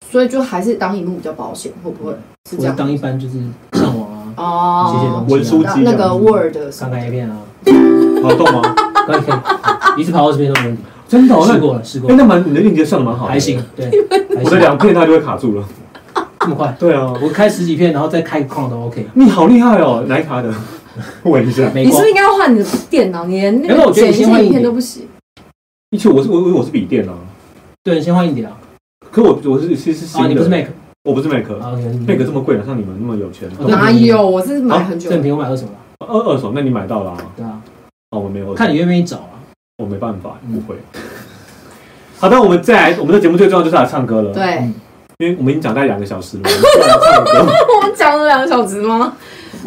S1: 所以就还是当荧幕比较保险，会不会是这
S2: 或者
S1: 样？
S2: 当一般就是上网 啊，
S1: 哦，
S2: 写写东西啊
S3: 文书
S1: 那
S3: 机
S1: 那
S3: 这
S1: 个
S3: 样
S1: Word 什
S2: 看
S1: 么
S2: 看 A
S1: 的，
S2: 片啊，
S3: 好动吗？
S2: 可以可以，一次跑到这边都没问题。
S3: 真的哦，那
S2: 试过了，试过
S3: 哎，
S2: 了，
S3: 那蛮你的链接上的蛮好的，
S2: 还行。，对，还
S3: 我的
S2: 行，
S3: 两片它就会卡住了。
S2: 这么快。
S3: 对啊，
S2: 我开十几片，然后再开框都 OK。
S3: 你好厉害哦，哪一卡的？ 问一下，
S2: 美
S1: 你是
S2: 光
S1: 不是应该要换你的电脑？你连那
S2: 没有
S1: 个
S2: 我觉
S1: 剪
S2: 得你
S1: 辑
S2: 先换一
S1: 影片
S2: 点
S1: 都不行。
S3: 一去我是我我是笔电啊，
S2: 对，你先换一点啊。
S3: 可我我是其实是
S2: 啊，
S3: 新
S2: 你不是
S3: 的，
S2: Mac
S3: 我不是 Mac，
S2: 啊？OK，你哦
S3: 那个这么贵哪像你们那么有钱？
S2: 我
S1: 哪有？我是买很久的
S2: 正，品我买二手了，
S3: 二二手，那你买到了啊？
S2: 对啊，
S3: 哦，我没有，
S2: 看你愿不愿意找啊。
S3: 我没办法，
S2: 嗯
S3: 不会。 好的，我们再来，我们的节目最重要就是来唱歌
S2: 嗯
S3: 了。，
S1: 对，
S3: 因为我们已经讲大概两个小时了，我们再来唱歌。
S1: 我们讲了两个小时吗？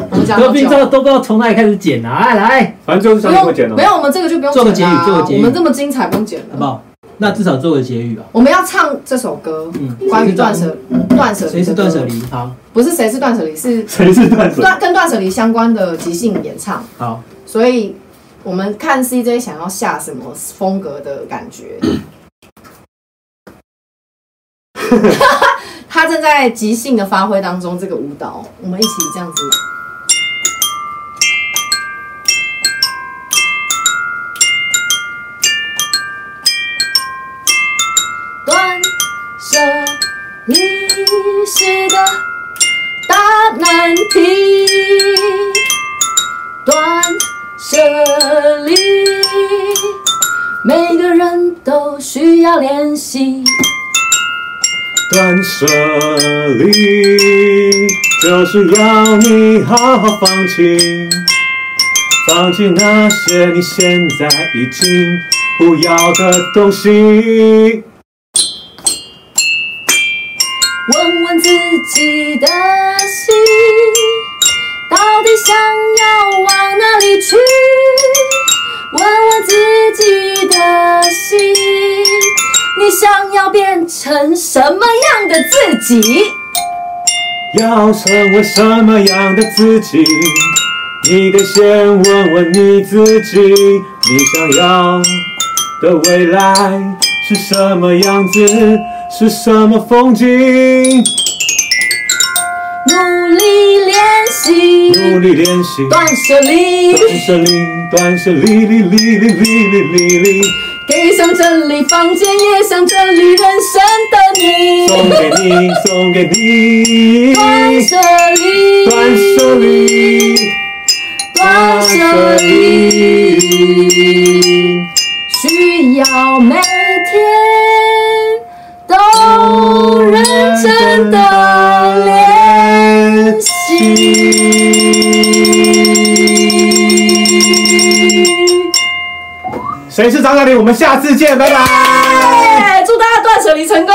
S1: 我们讲
S2: 都
S1: 了
S2: 不知
S1: 久。
S2: 道都不知道从哪里开始剪啊！哎来，
S3: 反正最后
S1: 不
S3: 是想会剪哦
S1: 用，没。
S3: 了
S1: 有，我们这个就不用
S2: 哦做个
S1: 剪啦
S2: 结语做个结语
S1: 我们这么精彩不用剪
S2: 好不
S1: 了。
S2: 好？那至少做个结语吧。
S1: 我们要唱这首歌，
S2: 嗯，
S1: 关于断舍断舍离的歌，
S2: 谁是断舍离？好，
S1: 不是谁是断舍离，是
S3: 谁是断舍？
S1: 断跟断舍离相关的即兴演唱。
S2: 好，
S1: 所以我们看 CJ 想要下什么风格的感觉。他正在即兴的发挥当中，这个舞蹈，我们一起这样子。断舍离是个大难题。断舍离，每个人都需要练习。
S3: 断舍离就是要你好好放弃，放弃那些你现在已经不要的东西。
S1: 问问自己的心，到底想要往哪里去？问问自己的心，你想要变成什么样的自己？
S3: 要成为什么样的自己？你得先问问你自己，你想要的未来是什么样子，是什么风景？
S1: 习
S3: 努力练习。
S1: 断舍离，
S3: 断舍离，断舍离，离离离离离离离，
S1: 给想整理房间，也想整理人生的
S3: 送
S1: 你。
S3: 给你，送给你。
S1: 断舍离，
S3: 断舍离，
S1: 断舍离，需要每天都认真的练习。
S3: 谁是张大林？我们下次见，拜拜。
S1: 耶！祝大家断舍离成功。